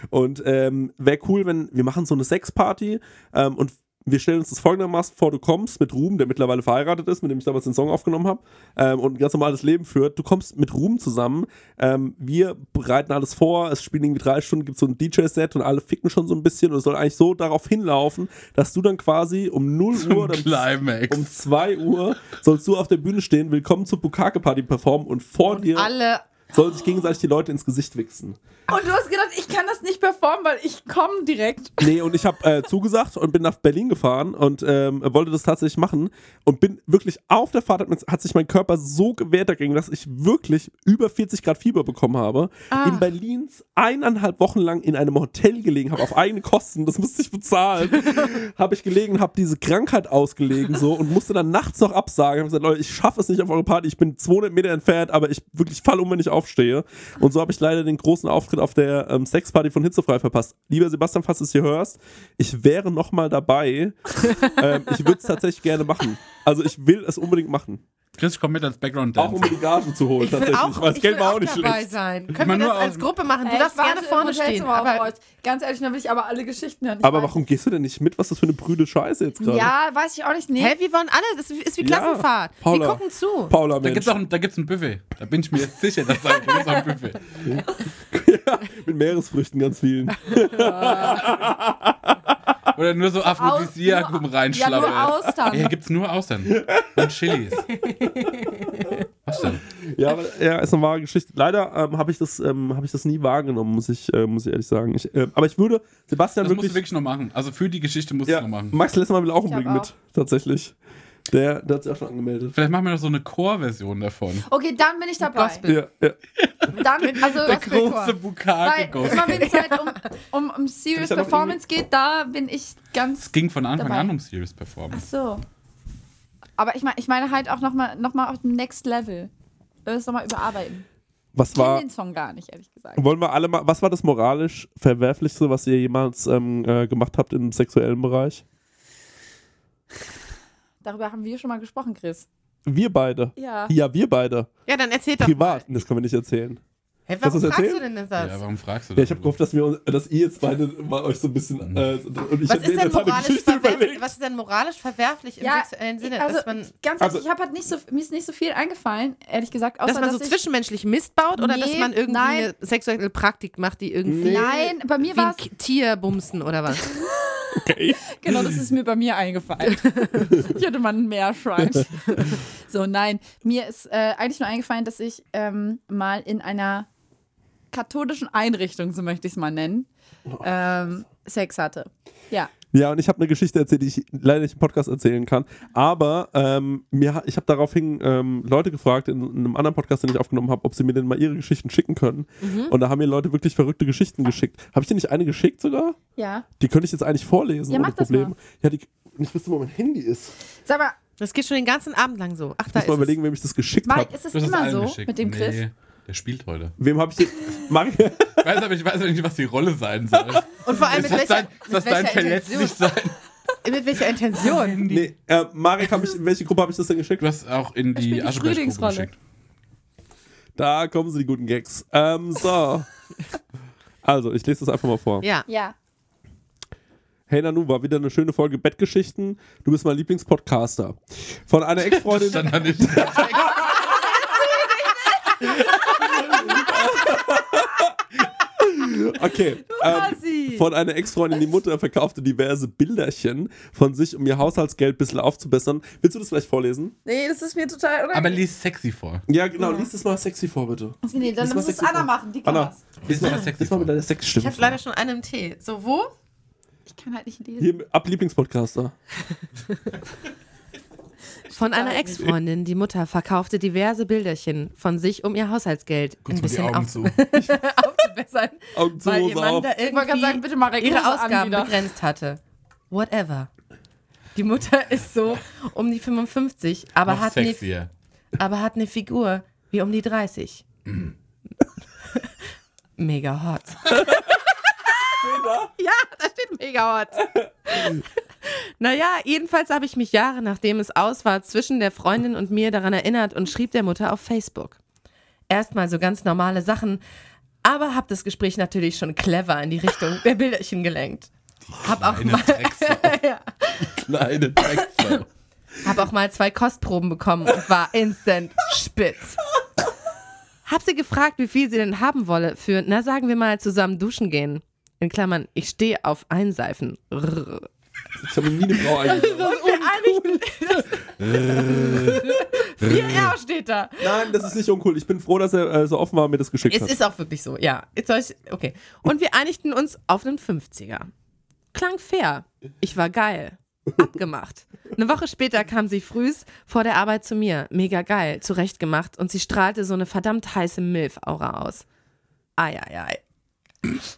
C: und ähm, wäre cool, wenn wir machen so eine Sexparty ähm, und wir stellen uns das folgendermaßen vor, du kommst mit Ruben, der mittlerweile verheiratet ist, mit dem ich damals den Song aufgenommen habe, ähm, und ein ganz normales Leben führt. Du kommst mit Ruben zusammen, ähm, wir bereiten alles vor, es spielen irgendwie drei Stunden, gibt so ein DJ-Set und alle ficken schon so ein bisschen und es soll eigentlich so darauf hinlaufen, dass du dann quasi um 0 Uhr oder um
E: Climax.
C: um 2 Uhr sollst du auf der Bühne stehen, willkommen zur Bukake-Party performen und vor dir
D: Alle.
C: sollen sich gegenseitig die Leute ins Gesicht wichsen.
F: Und du hast gedacht, ich kann das nicht performen, weil ich komme direkt.
C: Nee, und ich habe äh, zugesagt und bin nach Berlin gefahren und ähm, wollte das tatsächlich machen und bin wirklich auf der Fahrt, hat, mir- hat sich mein Körper so gewehrt dagegen, dass ich wirklich über 40 Grad Fieber bekommen habe. In Berlin eineinhalb Wochen lang in einem Hotel gelegen habe, auf eigene Kosten, das musste ich bezahlen, habe ich gelegen, habe diese Krankheit ausgelegen so und musste dann nachts noch absagen. Hab gesagt, Leute, ich schaffe es nicht auf eure Party, ich bin 200 Meter entfernt, aber ich wirklich fall um, wenn ich aufstehe. Und so habe ich leider den großen Auftritt auf der ähm, Sexparty von Hitzefrei verpasst. Lieber Sebastian, falls du es hier hörst, ich wäre nochmal dabei. ähm, ich würde es tatsächlich gerne machen. Also ich will es unbedingt machen.
E: Chris, ich komm mit als background
C: Auch um mir
E: dancer
C: die Gage zu holen,
D: Ich will
C: tatsächlich.
D: auch,
C: Weil das
D: ich
C: Geld
D: will
C: war
D: auch,
C: auch nicht
D: dabei
C: schlecht.
D: sein.
E: Ich
D: Können
E: mach
D: wir
E: nur
D: das als
E: aus-
D: Gruppe machen? Du
F: Ey,
D: darfst
F: ich warte
D: gerne
F: im
D: vorne
F: Hotelzimmer
D: stehen.
F: auf
D: Aber
F: euch. Ganz ehrlich, dann will ich aber alle Geschichten hören. Ich
C: Aber
F: weiß-
C: warum gehst du denn nicht mit? Was ist das für eine brüde Scheiße jetzt gerade?
F: Ja, weiß ich auch nicht. Nee.
D: Hä, wir wollen alle, das ist wie
C: Ja,
D: Klassenfahrt.
C: Paula.
D: Wir gucken zu.
C: Paula,
E: Da
C: Mensch.
E: gibt's auch ein, da gibt's ein Buffet. Da bin ich mir jetzt sicher, dass da da gibt's auch ein Buffet.
C: Mit Meeresfrüchten ganz vielen.
E: Oder nur so Aphrodisiakum
F: Ja,
E: reinschlabbern.
F: nur
E: Ja, hier
F: Austern.
E: gibt's nur Austern und Chilis. Was denn?
C: Ja, aber, ja, ist eine wahre Geschichte. Leider ähm, habe ich, das, ähm, hab ich das nie wahrgenommen, muss ich, äh, muss ich ehrlich sagen. Ich, ähm, aber ich würde Sebastian
E: Das musst du
C: wirklich.
E: wirklich noch machen. Also für die Geschichte musst
C: ja,
E: du noch machen.
C: Max Lessmann will auch unbedingt
F: hab
C: mit, tatsächlich. Der, der hat sich auch schon angemeldet.
E: Vielleicht machen wir noch so eine Chor-Version davon.
F: Okay, dann bin ich dabei.
D: Gospel.
C: Ja, ja.
F: Dann, also
E: Der
F: Gospelchor.
E: große
F: Weil
E: Bukake-Ghost.
F: immer wenn es halt um, um, um Serious
C: Ist da noch
F: Performance geht, da bin ich ganz.
E: Es ging von Anfang
F: Dabei.
E: an um Serious Performance.
F: So. Aber ich meine, ich meine halt auch nochmal noch mal auf dem Next Level. Das nochmal überarbeiten.
C: Was
F: Ich kenne
C: war.
F: den Song gar nicht, ehrlich gesagt.
C: Wollen wir alle mal. Was war das moralisch Verwerflichste, was ihr jemals ähm, äh, gemacht habt im sexuellen Bereich?
F: Darüber haben wir schon mal gesprochen, Chris.
C: Wir beide.
F: Ja.
C: Ja, wir beide.
D: Ja, dann erzähl doch.
C: Privat. Das können wir nicht erzählen.
D: Hey,
C: Hast
D: warum
C: du's
D: fragst
C: erzählt?
D: du denn das?
E: Ja, warum fragst du
C: Ja,
E: das?
C: ich habe gehofft, dass, wir, uns- dass ihr jetzt beide mal euch so ein bisschen. Äh, und
E: Mhm.
C: ich
D: was,
C: hab mir
D: ist denn
C: jetzt eine
D: moralisch
C: Geschichte
D: verwerflich,
C: überlegt.
D: was ist denn moralisch verwerflich im
F: Ja,
D: sexuellen Sinne?
F: also,
D: dass man,
F: ganz ehrlich,
C: Also-
F: ich habe halt nicht so, mir ist nicht so viel eingefallen, ehrlich gesagt. Außer,
D: dass man so
F: ich-
D: zwischenmenschlich Mist baut oder dass
F: Nee,
D: man irgendwie
F: nein.
D: eine sexuelle Praktik macht, die irgendwie.
F: Nein, bei mir
D: Wie ein
F: war
D: K- Tier bumsen oder was?
F: Genau, das ist mir bei mir eingefallen. ich hatte mal einen Meerschwein. so, nein. Mir ist äh, eigentlich nur eingefallen, dass ich ähm, mal in einer katholischen Einrichtung, so möchte ich es mal nennen, ähm, Sex hatte. Ja.
C: Ja, und ich habe eine Geschichte erzählt, die ich leider nicht im Podcast erzählen kann. Aber ähm, mir, ha- ich habe daraufhin ähm, Leute gefragt in, in einem anderen Podcast, den ich aufgenommen habe, ob sie mir denn mal ihre Geschichten schicken können.
F: Mhm.
C: Und da haben mir Leute wirklich verrückte Geschichten geschickt. Habe ich dir nicht eine geschickt sogar?
F: Ja.
C: Die könnte ich jetzt eigentlich vorlesen,
F: Ja,
C: ohne
F: mach das
C: Problem.
F: mal.
C: Ja, die, ich wüsste, wo mein Handy ist.
F: Sag mal,
D: Das geht schon den ganzen Abend lang so. Ach,
C: Ich
D: da
C: muss mal
D: ist es.
C: überlegen, wem ich das geschickt
F: Marek,
C: habe.
F: ist es
E: Du hast
F: immer
E: allen
F: so
E: geschickt.
F: mit dem Chris?
E: Nee, der spielt heute.
C: Wem habe ich den. Mari
E: Ich weiß aber ich weiß aber nicht, was die Rolle sein soll.
D: Und vor allem
E: Ist
D: mit
E: das
D: welcher,
E: dein, ist
D: mit
E: das dein
D: welcher
E: verletzlich
D: Intention?
E: sein?
D: Mit welcher Intention?
C: nee, äh, Marek, hab ich, in welche Gruppe habe ich das denn geschickt?
E: Du hast auch in
F: spielt
E: die
F: die
E: Aschenbecher-Gruppe
F: Frühlingsrolle.
E: geschickt.
C: Da kommen sie, die guten Gags. Ähm, so. Also, ich lese das einfach mal vor.
D: Ja.
F: Ja.
C: Hey Nanu, war wieder eine schöne Folge Bettgeschichten. Du bist mein Lieblingspodcaster. Von einer Ex-Freundin.
E: Stand da nicht. Stand
C: Okay. Ähm, von einer Ex-Freundin, die Mutter verkaufte diverse Bilderchen von sich, um ihr Haushaltsgeld ein bisschen aufzubessern. Willst du das vielleicht vorlesen?
F: Nee, das ist mir total
E: Aber
F: unangenehm.
E: lies sexy vor.
C: Ja, genau. Lies das mal sexy vor, bitte.
G: Nee, dann
C: Das
G: muss
C: war
G: es
C: sexy
G: Anna
C: vor.
G: machen, die kann
C: Anna,
G: das.
E: Lies mal sexy
C: lies mal
E: vor.
C: mit deiner Sexstimme.
D: Ich habe leider schon einen im Tee. So, wo?
F: Ich kann halt nicht lesen.
C: Hier, ab Lieblingspodcaster.
D: Von einer Ex-Freundin. Die Mutter verkaufte diverse Bilderchen von sich, um ihr Haushaltsgeld ein bisschen auf aufzubessern,
C: Augen zu,
D: weil ihr
C: Hose
D: Mann
C: auf.
D: da
F: Ich wollte gerade
D: irgendwie
F: sagen, bitte mal Rekruse
D: ihre
F: an
D: Ausgaben
F: wieder.
D: begrenzt hatte. Whatever. Die Mutter ist so um die 55, aber
E: Noch
D: hat, eine,
E: sexier.
D: aber hat eine Figur wie um die 30. Mega hot. ja, da steht mega hot. naja, jedenfalls habe ich mich Jahre nachdem es aus war, zwischen der Freundin und mir daran erinnert und schrieb der Mutter auf Facebook. Erstmal so ganz normale Sachen, aber habe das Gespräch natürlich schon clever in die Richtung der Bilderchen gelenkt. Hab auch, mal, ja,
E: Kleine Drecksau.
D: hab auch mal zwei Kostproben bekommen und war instant spitz. Hab sie gefragt, wie viel sie denn haben wolle für, na sagen wir mal, zusammen duschen gehen. In Klammern, ich stehe auf Einseifen. Rrr.
C: Ich habe nie eine Frau eingeladen.
D: Vier R steht da.
C: Nein, das ist nicht uncool. Ich bin froh, dass er äh, so offen war und mir das geschickt
D: Es
C: hat.
D: ist auch wirklich so, ja. Jetzt soll ich, okay. Und wir einigten uns auf einen 50er. Klang fair. Ich war geil. Abgemacht. Eine Woche später kam sie frühs vor der Arbeit zu mir. Mega geil, zurechtgemacht. Und sie strahlte so eine verdammt heiße Milf-Aura aus. Ei, ei, ei.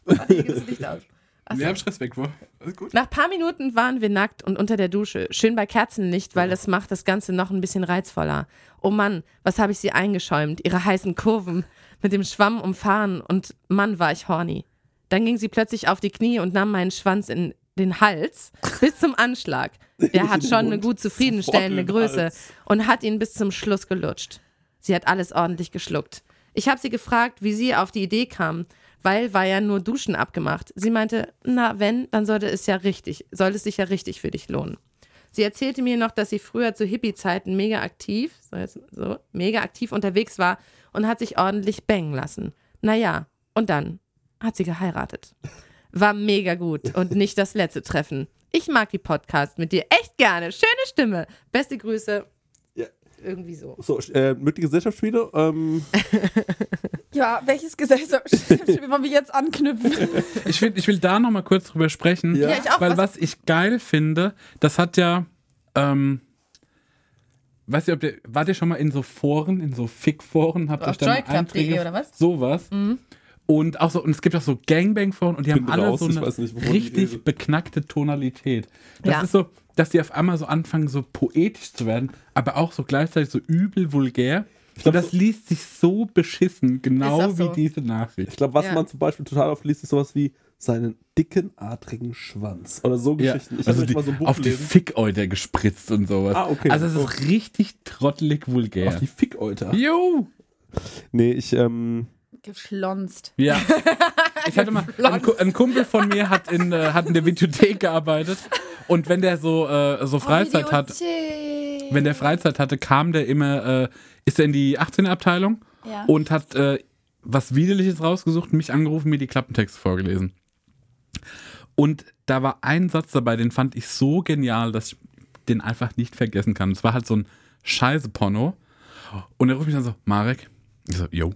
D: Ach, hier gibt's Licht aus. Ach so.
E: Wir haben Respekt vor. Alles gut.
D: Nach paar Minuten waren wir nackt und unter der Dusche. Schön bei Kerzenlicht, weil das macht das Ganze noch ein bisschen reizvoller. Oh Mann, was habe ich sie eingeschäumt? Ihre heißen Kurven mit dem Schwamm umfahren und Mann, war ich horny. Dann ging sie plötzlich auf die Knie und nahm meinen Schwanz in den Hals bis zum Anschlag. Der hat schon eine gut zufriedenstellende
C: Sofort in den
D: Größe
C: Hals.
D: und hat ihn bis zum Schluss gelutscht. Sie hat alles ordentlich geschluckt. Ich habe sie gefragt, wie sie auf die Idee kam, weil war ja nur Duschen abgemacht. Sie meinte, na wenn, dann sollte es ja richtig, sollte es sich ja richtig für dich lohnen. Sie erzählte mir noch, dass sie früher zu Hippie-Zeiten mega aktiv, so jetzt, so, mega aktiv unterwegs war und hat sich ordentlich bängen lassen. Naja, und dann hat sie geheiratet. War mega gut und nicht das letzte Treffen. Ich mag die Podcasts mit dir echt gerne. Schöne Stimme. Beste Grüße.
C: Ja.
D: Irgendwie so.
C: So, äh, mit die Gesellschaftsspiele. Ähm,
F: Ja, welches Gesellschaftsspiel wollen wir jetzt anknüpfen?
E: Ich will, ich will da nochmal kurz drüber sprechen.
C: Ja. Ja,
D: ich auch.
E: Weil
D: Was-
E: was, ich geil finde, das hat ja. Ähm, Weiß nicht, ob ihr, wart ihr schon mal in so Foren, in so Fick-Foren, habt
D: Auf
E: euch dann
D: joyclub.de
E: Einträge,
D: oder was? Mhm.
E: sowas. Und auch so, und es gibt auch so Gangbang-Foren und die
C: Bin
E: haben alle
C: raus,
E: so
C: ich
E: eine
C: weiß nicht, wovon ich rede.
E: richtig beknackte Tonalität. Das
D: Ja.
E: ist so, dass die auf einmal so anfangen, so poetisch zu werden, aber auch so gleichzeitig so übel vulgär.
C: glaub,
E: und das
C: so-
E: liest sich so beschissen, genau
D: Ist auch so.
E: wie diese
C: ich
E: Nachricht.
C: glaube, was
D: Ja.
C: man zum Beispiel total oft liest, ist sowas wie seinen dicken, adrigen Schwanz. Oder so
E: Ja,
C: Geschichten. Ich
E: also
C: hab
E: die,
C: mal so ein Buch
E: auf die
C: gelesen.
E: Fickäuter gespritzt und sowas.
C: Ah, okay.
E: Also es ist richtig trottelig
C: Auf
E: vulgär.
C: die Fickäuter.
E: Jo!
C: Nee, ich, ähm,
F: Geschlonzt.
E: Ja. Ich hatte mal, ein, Ku- ein Kumpel von mir hat in, äh, hat in der Videothek gearbeitet und wenn der so, äh, so Freizeit hat, wenn der Freizeit hatte, kam der immer, äh, ist er in die 18er-Abteilung
G: Ja.
E: und hat äh, was Widerliches rausgesucht, mich angerufen, mir die Klappentexte vorgelesen. Und da war ein Satz dabei, den fand ich so genial, dass ich den einfach nicht vergessen kann. Es war halt so ein Scheiße-Porno. Und er ruft mich dann so, Marek, ich so, yo,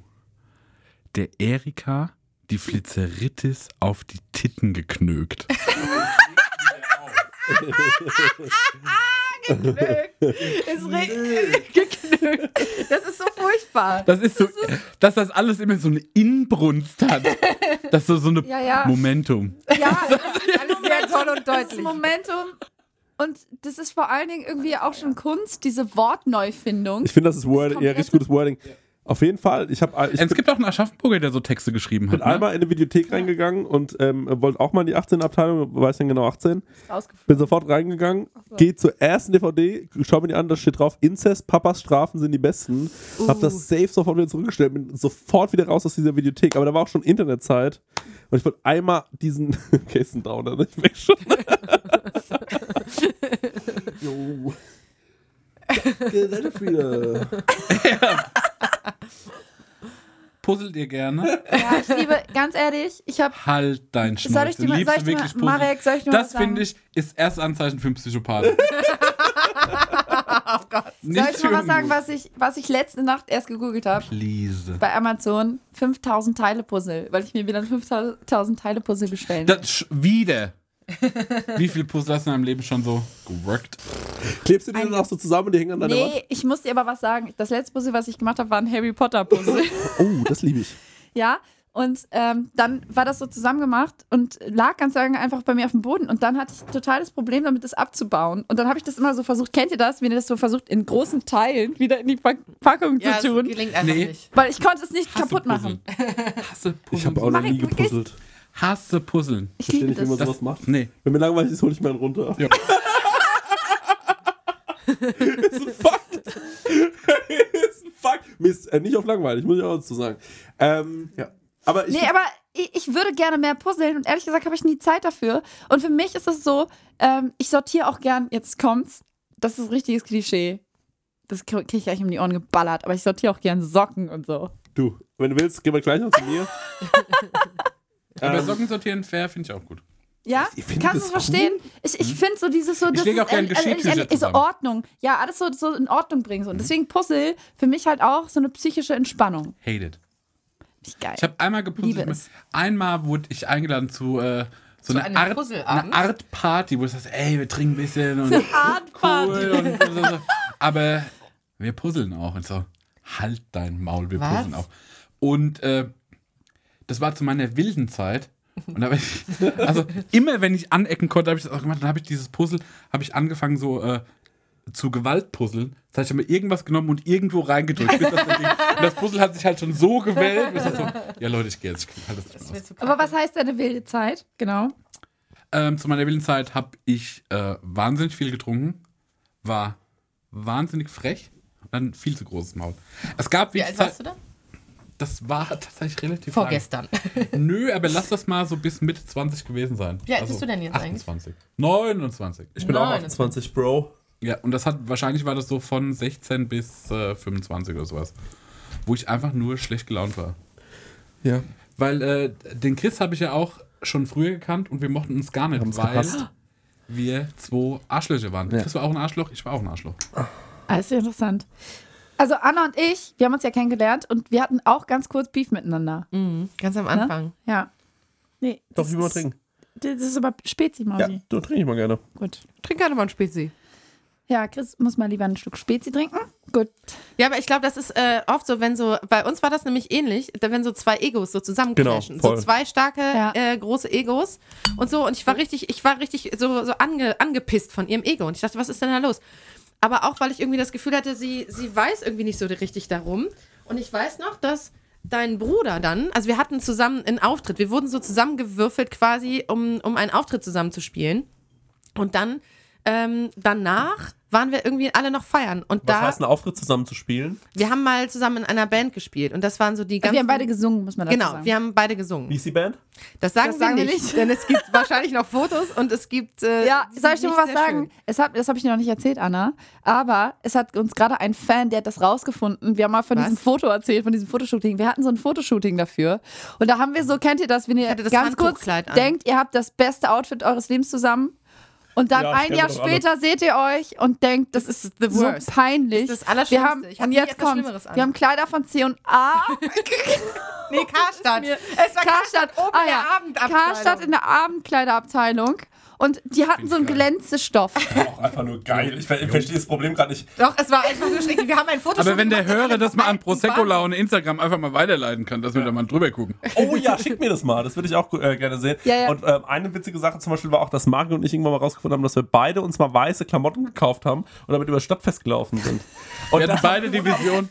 E: der Erika die Flizeritis auf die Titten geknögt.
D: Ist geknückt. Das ist so furchtbar.
E: Das ist so, dass das alles immer so eine Inbrunst hat. Das ist so, so eine
F: Ja, ja.
E: Momentum.
F: Ja,
D: Alles sehr toll und
F: das ist
D: deutlich.
F: Momentum. Und das ist vor allen Dingen irgendwie auch schon Kunst, diese Wortneufindung.
C: ich finde, das ist Word, ja,
F: komplette-
C: richtig gutes Wording. Auf jeden Fall. Ich habe ich
E: es
C: bin,
E: gibt auch einen Aschaffenburger, der so Texte geschrieben
C: bin
E: hat. Ne?
C: einmal in eine Videothek reingegangen und ähm, wollte auch mal in die 18-Abteilung, weiß denn genau 18. Bin
F: Rausgeflogen.
C: sofort reingegangen,
F: so.
C: geh zur ersten DVD, schau mir die an, da steht drauf, Inzest, Papas Strafen sind die besten. Hab
F: Uh.
C: das safe sofort wieder zurückgestellt, bin sofort wieder raus aus dieser Videothek, aber da war auch schon Internetzeit und ich wollte einmal diesen Case Downer nicht mehr schon. Jo. Gesellschaft wieder.
E: Puzzelt ihr gerne?
F: Ja, ich liebe, ganz ehrlich, ich habe.
E: Halt dein Schnauze.
F: Soll ich dir mal,
E: Liebst du
F: soll ich dir
E: wirklich
F: mal
E: Puzzle?
F: Marek, soll ich dir mal
E: das
F: was sagen?
E: finde ich, ist erst Anzeichen für einen Psychopathen. oh Gott. Nicht
F: Soll ich mal
E: für
F: was sagen,
E: ungut.
F: was ich, was ich letzte Nacht erst gegoogelt habe?
E: Please.
F: Bei Amazon 5000 Teile Puzzle, weil ich mir wieder ein 5000 Teile Puzzle bestellen will.
E: Das sch- wieder. Wie viel Puzzle hast du in deinem Leben schon so geworkt?
C: Klebst du die dann auch so zusammen und die hängen an deiner Wand?
F: Nee, ich muss dir aber was sagen. Das letzte Puzzle, was ich gemacht habe, war ein Harry Potter Puzzle.
C: Oh, das liebe ich.
F: Ja, und ähm, dann war das so zusammengemacht und lag ganz lange einfach bei mir auf dem Boden. Und dann hatte ich total das Problem damit, das abzubauen. Und dann habe ich das immer so versucht, kennt ihr das, wenn ihr das so versucht, in großen Teilen wieder in die Pack- Packung
D: Ja,
F: zu
D: das
F: tun?
D: gelingt einfach
E: Nee.
D: nicht.
F: Weil ich konnte es nicht kaputt machen.
E: Hasse Puzzeln.
C: Ich habe auch noch
F: Mach
C: nie
F: ich wirklich?
C: gepuzzelt.
E: Hasse Puzzeln.
F: Ich
C: Verstehe
F: liebe
C: nicht, wie man
F: das.
C: sowas macht.
E: Nee.
C: Wenn mir langweilig ist, hole ich meinen runter.
E: Ja.
C: ist ein Fakt. ist ein Fakt. Mir ist äh, nicht auf langweilig, muss ich auch dazu sagen. Ähm, ja. Aber ich.
F: Nee, aber ich, ich würde gerne mehr puzzeln und ehrlich gesagt habe ich nie Zeit dafür. Und für mich ist es so, ähm, ich sortiere auch gern, jetzt kommt's, das ist richtiges Klischee. Das kriege ich gleich um die Ohren geballert, aber ich sortiere auch gern Socken und so.
C: du, wenn du willst, gehen wir gleich noch zu mir.
E: Aber
C: Ähm,
E: Socken sortieren fair finde ich auch gut.
F: Ja?
C: Ich find
F: Kannst du
C: das
F: es verstehen? Ich, ich finde so dieses so, das
E: lege
F: ist
E: auch gerne
F: ehrlich- ehrlich-
E: Geschirrtücher
F: ehrlich- so
E: zusammen.
F: Ordnung. Ja, alles so, so in Ordnung bringen. So. Und deswegen Puzzle für mich halt auch so eine psychische Entspannung.
E: Hate it.
F: Nicht geil.
E: Ich habe einmal
F: Liebe
E: gepuzzelt. Mit,
F: es.
E: einmal wurde ich eingeladen zu äh, so
D: Zu
E: einer
D: einem
E: Art,
D: Puzzleabend?
E: eine Art Party, wo ich sage, ey, wir trinken ein bisschen und cool
F: Art Party.
E: und so, so. aber wir puzzeln auch und so. Halt dein Maul, wir
D: Was?
E: puzzeln auch. Und äh, das war zu meiner wilden Zeit. Und da hab ich, also immer wenn ich anecken konnte, habe ich das auch gemacht. Dann habe ich dieses Puzzle, habe ich angefangen so äh, zu Gewaltpuzzeln. Das heißt, ich habe mir irgendwas genommen und irgendwo reingedrückt. bis das dann ging. und das Puzzle hat sich halt schon so gewählt. bis das so, ja Leute, ich gehe jetzt. Ich kann das nicht mehr aus.
D: Ist mir zu
F: Aber was heißt deine wilde Zeit? Genau.
E: Ähm, zu meiner wilden Zeit habe ich äh, wahnsinnig viel getrunken, war wahnsinnig frech und dann viel zu großes Maul. Es gab
D: Wie
E: wie
D: alt warst du da?
E: Das war tatsächlich relativ
D: Vorgestern.
E: Lang. Nö, aber lass das mal so bis Mitte 20 gewesen sein. Also
D: Wie alt bist du denn jetzt eigentlich?
E: 28. 29.
C: ich bin auch 28, Bro.
E: Ja, und das hat wahrscheinlich war das so von 16 bis äh, 25 oder sowas, wo ich einfach nur schlecht gelaunt war.
C: Ja.
E: Weil äh, den Chris habe ich ja auch schon früher gekannt und wir mochten uns gar nicht,
C: Haben's
E: weil
C: gehasst.
E: wir zwei Arschlöcher waren.
C: Ja.
E: Chris war auch ein Arschloch, ich war auch ein Arschloch.
F: Alles Ah, interessant. Also Anna und ich, wir haben uns ja kennengelernt und wir hatten auch ganz kurz Beef miteinander.
D: Ganz am Anfang.
F: Ja. Nee.
C: Mhm. Doch,
F: das
C: ich will mal
F: ist-
C: trinken.
F: Das ist aber Spezi,
C: Ja,
F: Mausi.
C: du trinke ich mal gerne.
F: Gut.
D: Trink gerne mal ein Spezi.
F: Ja, Chris muss mal lieber ein Stück Spezi trinken. Gut.
D: Ja, aber ich glaube, das ist äh, oft so, wenn so, bei uns war das nämlich ähnlich, da- wenn so zwei Egos so zusammenclashen.
C: Genau, voll.
D: so zwei starke,
F: Ja.
D: äh, große Egos und so. Und ich war richtig, ich war richtig so, so ange, angepisst von ihrem Ego. Und ich dachte, was ist denn da los? Aber auch, weil ich irgendwie das Gefühl hatte, sie, sie weiß irgendwie nicht so richtig darum. Und ich weiß noch, dass dein Bruder dann, also wir hatten zusammen einen Auftritt, wir wurden so zusammengewürfelt quasi, um, um einen Auftritt zusammen zu spielen. Und dann, ähm, danach waren wir irgendwie alle noch feiern. Und
C: Was
D: da
C: heißt ein Auftritt zusammen zu spielen?
D: wir haben mal zusammen in einer Band gespielt und das waren so die ganzen.
F: Also wir haben beide gesungen, muss man dazu
D: Genau,
F: sagen.
D: wir haben beide
C: Wie
D: gesungen.
C: ist die Band?
D: Das sagen,
F: Das sagen
D: wir
F: wir
D: nicht,
F: nicht.
D: denn es gibt wahrscheinlich noch Fotos und es gibt. Äh,
F: Ja,
D: die
F: soll ich
D: sind
F: dir mal
D: nicht
F: was
D: sehr
F: sagen?
D: schön.
F: Es hat, das habe ich dir noch nicht erzählt, Anna. Aber es hat uns gerade ein Fan, der hat das rausgefunden. Wir haben mal von
D: Was?
F: diesem Foto erzählt, von diesem Fotoshooting. Wir hatten so ein Fotoshooting dafür. Und da haben wir so, kennt ihr das, wenn ihr
D: hatte das
F: ganz kurz
D: Handtuchkleid an.
F: denkt, ihr habt das beste Outfit eures Lebens zusammen. Und dann
C: Ja, ich
F: ein
C: kenn
F: Jahr
C: das alle.
F: später seht ihr euch und denkt, das,
D: Das
F: ist
D: ist the
F: so
D: worst.
F: peinlich.
D: Das ist das Allerschlimmste.
F: wir haben,
D: Ich hab
F: und
D: nie
F: jetzt
D: etwas
F: kommt,
D: Schlimmeres an.
F: wir haben Kleider von C&A.
D: Nee, Karstadt. es war
F: Karstadt,
D: halt oben
F: ah,
D: in der
F: ja.
D: Abendabteilung.
F: Karstadt in der Abendkleiderabteilung. Und die hatten so einen
E: Find ich geil.
F: Glänzestoff.
C: Auch einfach nur geil. Ich ver- ich verstehe das Problem gerade nicht.
D: Doch, es war einfach nur schrecklich. Wir haben ein Foto.
E: Aber wenn der Hörer das mal an Prosecco
D: laufen.
E: Laune Instagram einfach mal weiterleiten kann, dass wir da mal drüber gucken.
C: Oh ja, schick mir das mal. Das würde ich auch äh, gerne sehen.
F: Ja, ja.
C: Und ähm, eine witzige Sache zum Beispiel war auch, dass Mario und ich irgendwann mal rausgefunden haben, dass wir beide uns mal weiße Klamotten gekauft haben und damit über das Stadtfest gelaufen sind. Und
E: Wir hatten
C: das-
E: beide die Vision,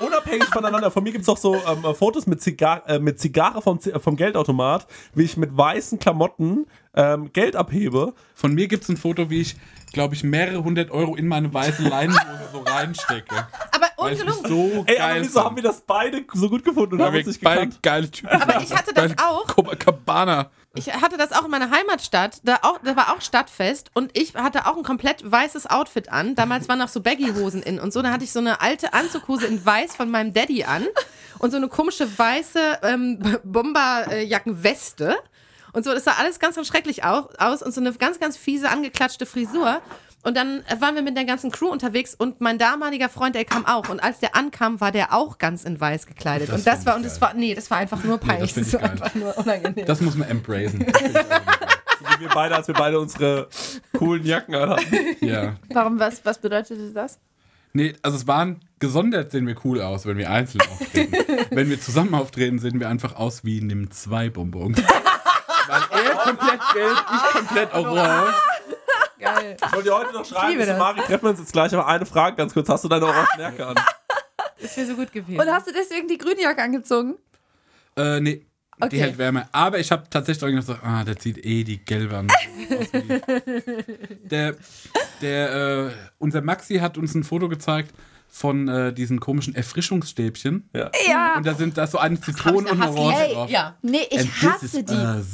C: unabhängig voneinander. Von mir gibt es auch so ähm, äh, Fotos mit, Zigar äh, mit Zigarre vom, Z- äh, vom Geldautomat, wie ich mit weißen Klamotten ähm, Geld abhebe.
E: Von mir gibt es ein Foto, wie ich, glaube ich, mehrere hundert Euro in meine weiße Leinenhose so reinstecke.
D: Aber
E: Weil ich mich
D: ungelungen.
E: so
C: Ey, aber
E: geil
C: wieso
E: fand.
C: haben wir das beide so gut gefunden und
E: Weil
C: haben
E: wir
C: uns nicht
E: beide
C: gekannt?
E: geile Typen.
D: Aber ich hatte das
E: Beide
D: auch.
E: Copacabana.
D: Ich hatte das auch in meiner Heimatstadt. Da, auch, da war auch Stadtfest und ich hatte auch ein komplett weißes Outfit an. Damals waren noch so Baggy-Hosen in und so. Da hatte ich so eine alte Anzughose in weiß von meinem Daddy an und so eine komische weiße ähm, Bomberjackenweste. Und so, das sah alles ganz, ganz schrecklich au- aus und so eine ganz, ganz fiese, angeklatschte Frisur. Und dann waren wir mit der ganzen Crew unterwegs und mein damaliger Freund, der kam auch. Und als der ankam, war der auch ganz in weiß gekleidet. und das
E: find
D: war,
E: ich
D: und das
E: geil.
D: war, nee, das war einfach nur
E: das
D: peinlich.
E: find
D: das
E: ich
D: war
E: geil.
D: einfach nur unangenehm.
E: Das muss man embracen.
C: So wie wir beide, als wir beide unsere coolen Jacken anhatten.
E: ja.
F: Warum, was, was bedeutete das?
E: Nee, also es waren gesondert sehen wir cool aus, wenn wir einzeln auftreten. wenn wir zusammen auftreten, sehen wir einfach aus wie nimm zwei Bonbons. Weil er komplett gelb, ich komplett orange.
D: Geil.
C: Wollt ihr heute noch schreiben?
D: liebe
C: Ich
D: das.
C: Mari, treffen wir uns jetzt gleich. Aber eine Frage ganz kurz. Hast du deine orangen Jacke an?
D: Das wäre so gut gewesen.
F: Und hast du deswegen die grüne Jacke angezogen?
E: Äh, nee.
F: Okay.
E: Die hält Wärme. Aber ich habe tatsächlich auch gedacht, so, ah, der zieht eh die gelbe an. Aus wie- der, der, äh, unser Maxi hat uns ein Foto gezeigt von äh, diesen komischen Erfrischungsstäbchen.
C: Ja.
D: Ah.
F: Ja.
E: Und da sind da so eine Zitrone und eine Orange
F: Ey,
E: drauf.
D: Ja,
F: Nee, ich
E: And this
F: hasse
E: is
F: die.
E: us.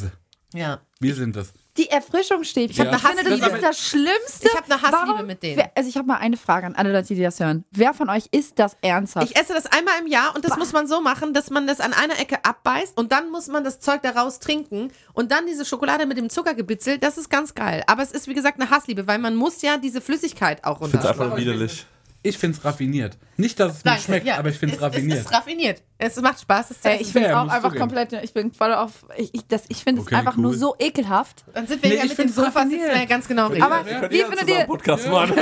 D: ja.
E: Wir sind das.
F: Die Erfrischungsstäbchen.
E: ah. Ich hab eine
F: ich finde, das
E: Hassliebe.
F: ist das Schlimmste.
D: Ich hab eine Hassliebe
F: Warum-
D: mit denen.
F: Wer, also ich habe mal eine Frage an alle Leute, die das hören. Wer von euch ist das ernsthaft?
D: Ich esse das einmal im Jahr und das muss man so machen, dass man das an einer Ecke abbeißt und dann muss man das Zeug daraus trinken und dann diese Schokolade mit dem Zuckergebitzel, das ist ganz geil. Aber es ist wie gesagt eine Hassliebe, weil man muss ja diese Flüssigkeit auch
C: Ich find's
D: runter.
C: einfach widerlich.
E: Ich find's raffiniert. Nicht, dass es mir schmeckt, aber ich find's
D: es,
E: raffiniert.
D: Es ist raffiniert. Es macht Spaß, es zu
F: Ey,
D: essen.
F: ich bin
E: fair,
F: auch
E: musst du
F: einfach
E: gehen.
F: komplett, ich bin voll auf, ich, ich, das- ich finde es
E: Okay,
F: einfach
E: cool.
F: nur so ekelhaft.
D: Dann sind wir
E: Nee,
D: ja
E: ich
D: mit dem
E: find's
D: Sofa sitzen
E: raffiniert.
D: wir ja ganz genau richtig.
F: Aber
C: Wir können
F: wie
C: ja
F: findet
C: zusammen
F: ihr,
C: Podcast machen.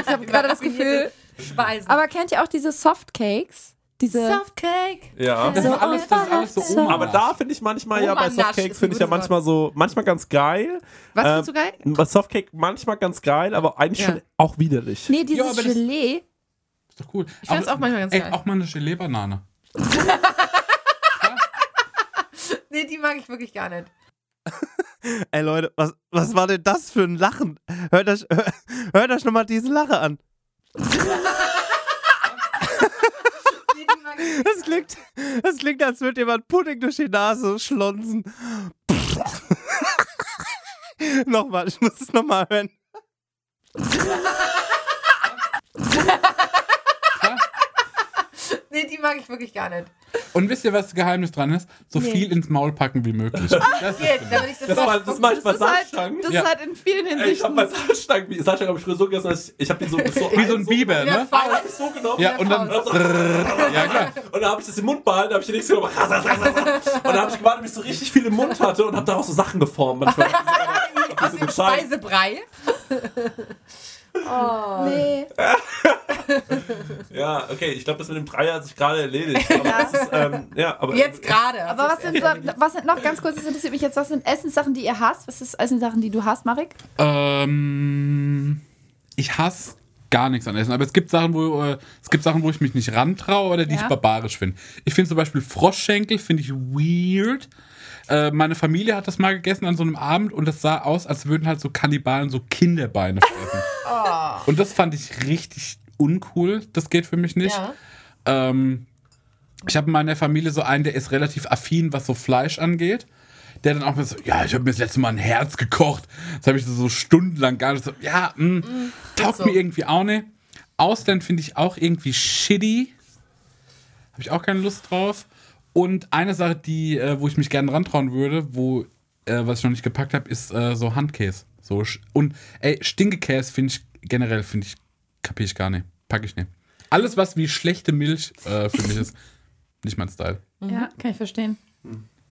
F: ich habe gerade das Gefühl,
D: Speisen.
F: aber kennt ihr auch diese Softcakes? Diese,
D: Softcake.
C: Ja.
E: Das
F: So
E: ist alles, das ist alles so
F: Oma.
E: Oma.
C: Aber da finde ich manchmal ja bei
D: Oma-Nasch ist
C: Softcakes
D: ein
C: finde ich ja
D: gutes Wort.
C: manchmal so, manchmal ganz geil.
D: Was
E: Äh,
C: Ähm,
D: findest du geil?
C: Bei Softcake manchmal ganz geil, aber eigentlich
D: Ja.
C: schon auch widerlich.
F: nee,
E: Ja,
F: dieses
E: aber das-
F: Gelee.
E: Ist doch cool. Ich
D: find's auch manchmal ganz
E: ey,
D: geil.
E: auch mal eine Gelee-Banane.
D: Nee, die mag ich wirklich gar nicht.
A: Ey Leute, was, was war denn das für ein Lachen? Hört euch, hör, hört euch nochmal diese Lache an.
D: Nee, die mag ich
A: Das klingt, das klingt, als würde jemand Pudding durch die Nase schlonzen. Pff. nochmal, ich muss es nochmal hören.
D: Nee, die mag ich wirklich gar nicht.
E: Und wisst ihr, was das Geheimnis dran ist? So viel ins Maul packen wie möglich. Das ist
D: Geht, da bin ich
C: Das,
D: sofort.
C: war, das mache ich bei
F: Das ist halt,
C: Salzstangen.
F: das
E: Ja.
F: ist halt in vielen
C: Ey, ich
F: Hinsichten.
C: habe bei Salzstangen, wie- Salzstangen habe ich früher so gegessen, dass ich, ich habe die so, so
E: wie so ein
D: Ja,
E: Biber, ne?
D: faul.
C: hab ich so genommen.
E: Ja, und dann. Ja, klar.
C: Und dann habe ich das im Mund behalten, habe ich die nächste genommen. Und dann habe ich gewartet, bis ich so richtig viel im Mund hatte und habe daraus so Sachen geformt. Manchmal.
D: Aus dem
C: gezeigt.
D: Speisebrei.
F: Nee.
C: Ja, okay, ich glaube, das mit dem Dreier hat sich gerade erledigt. Aber das ist, ähm, ja, aber
D: Jetzt gerade.
F: Aber was sind, so, was sind noch ganz kurz, das interessiert mich jetzt, was sind Essenssachen, die ihr hasst? Was ist Essenssachen, die du hasst, Marek?
E: Ähm, ich hasse gar nichts an Essen, aber es gibt Sachen, wo äh, es gibt Sachen, wo ich mich nicht rantraue oder die
F: Ja.
E: ich barbarisch finde. Ich finde zum Beispiel Froschschenkel finde ich weird. Äh, meine Familie hat das mal gegessen an so einem Abend und das sah aus, als würden halt so Kannibalen so Kinderbeine fressen. Und das fand ich richtig uncool. Das geht für mich nicht.
D: Ja.
E: Ähm, ich habe in meiner Familie so einen, der ist relativ affin, was so Fleisch angeht. Der dann auch mal so, ja, ich habe mir das letzte Mal ein Herz gekocht. Das habe ich so stundenlang gar nicht so, ja, mh, taugt
D: so.
E: mir irgendwie auch nicht. Ausland finde ich auch irgendwie shitty. Habe ich auch keine Lust drauf. Und eine Sache, die, äh, wo ich mich gerne rantrauen würde, wo, äh, was ich noch nicht gepackt habe, ist äh, so Handkäse. So, sch- und ey, Stinkekäse finde ich generell, finde ich, kapiere ich gar nicht. Packe ich nicht. Alles, was wie schlechte Milch äh, für mich ist, nicht mein Style.
F: Ja, kann ich verstehen.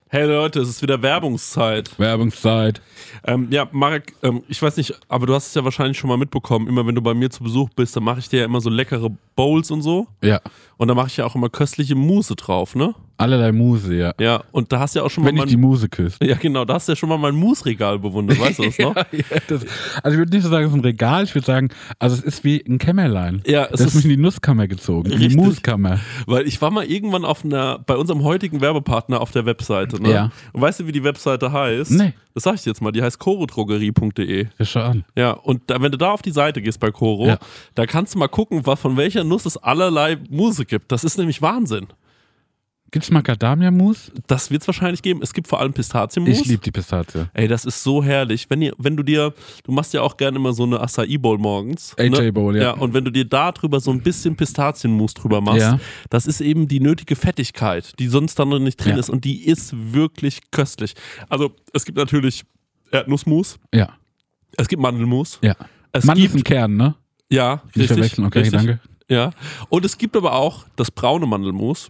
C: Hey Leute, es ist wieder Werbungszeit.
E: Werbungszeit.
C: Ähm, ja, Marek, ähm, ich weiß nicht, aber du hast es ja wahrscheinlich schon mal mitbekommen. Immer wenn du bei mir zu Besuch bist, dann mache ich dir ja immer so leckere Bowls und so.
E: Ja.
C: Und da mache ich ja auch immer köstliche Muße drauf, ne?
E: Allerlei Muse, ja.
C: Ja, und da hast du ja auch schon
E: Wenn
C: mal
E: ich die
C: mein,
E: Muse küsst.
C: Ja, genau, da hast du ja schon mal mein Mousregal bewundert, weißt du das noch?
E: Ja, das, also ich würde nicht so sagen, es ist ein Regal, ich würde sagen, also es ist wie ein Kämmerlein.
C: Ja,
E: Das
C: es
E: ist mich in
C: ist,
E: die Nusskammer gezogen, in die
C: Richtig.
E: Muskammer.
C: weil ich war mal irgendwann auf einer, bei unserem heutigen Werbepartner auf der Webseite, ne?
E: Ja.
C: Und weißt du, wie die Webseite heißt?
E: Nee.
C: Das sag ich dir jetzt mal, die heißt chorodrogerie.de.
E: Ja, schau an.
C: Ja, und da, wenn du da auf die Seite gehst bei Coro,
E: Ja.
C: da kannst du mal gucken, was, von welcher Nuss es allerlei Muse gibt. Das ist nämlich Wahnsinn.
E: Gibt's Macadamia-Mus?
C: Das wird es wahrscheinlich geben. Es gibt vor allem Pistazienmus.
E: Ich liebe die Pistazie.
C: Ey, das ist so herrlich. Wenn, ihr, wenn du dir, du machst ja auch gerne immer so eine Acai Bowl morgens.
E: AJ Bowl, ja.
C: Ne? Ja, und wenn du dir da drüber so ein bisschen Pistazienmus drüber machst,
E: Ja.
C: das ist eben die nötige Fettigkeit, die sonst dann nicht drin
E: Ja.
C: ist. Und die ist wirklich köstlich. Also, es gibt natürlich Erdnussmus,
E: Ja,
C: es gibt Mandelmus,
E: ja.
C: es
E: Mann ist ein
C: gibt,
E: Kern, ne?
C: ja,
E: Nicht
C: richtig,
E: verwechseln, okay,
C: richtig,
E: danke.
C: Ja. Und es gibt aber auch das braune Mandelmus.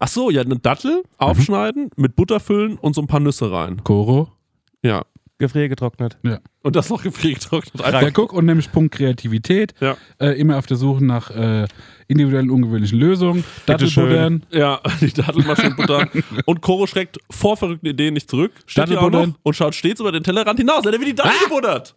C: Ach so, ja, eine Dattel aufschneiden, mit Butter füllen und so ein paar Nüsse rein.
E: Koro.
C: Ja.
G: Gefriergetrocknet.
C: Und das noch gefriergetrocknet.
E: Ja, guck, und nämlich Punkt Kreativität.
C: Ja.
E: Äh, immer auf der Suche nach äh, individuellen, ungewöhnlichen Lösungen. Dattelbuddern.
C: Ja, die Dattel mal schön buttern. Und Koro schreckt vor verrückten Ideen nicht zurück. Steht hier auch
E: Dattelbuddern.
C: noch und schaut stets über den Tellerrand hinaus. Er wird die Dattel gebuddert.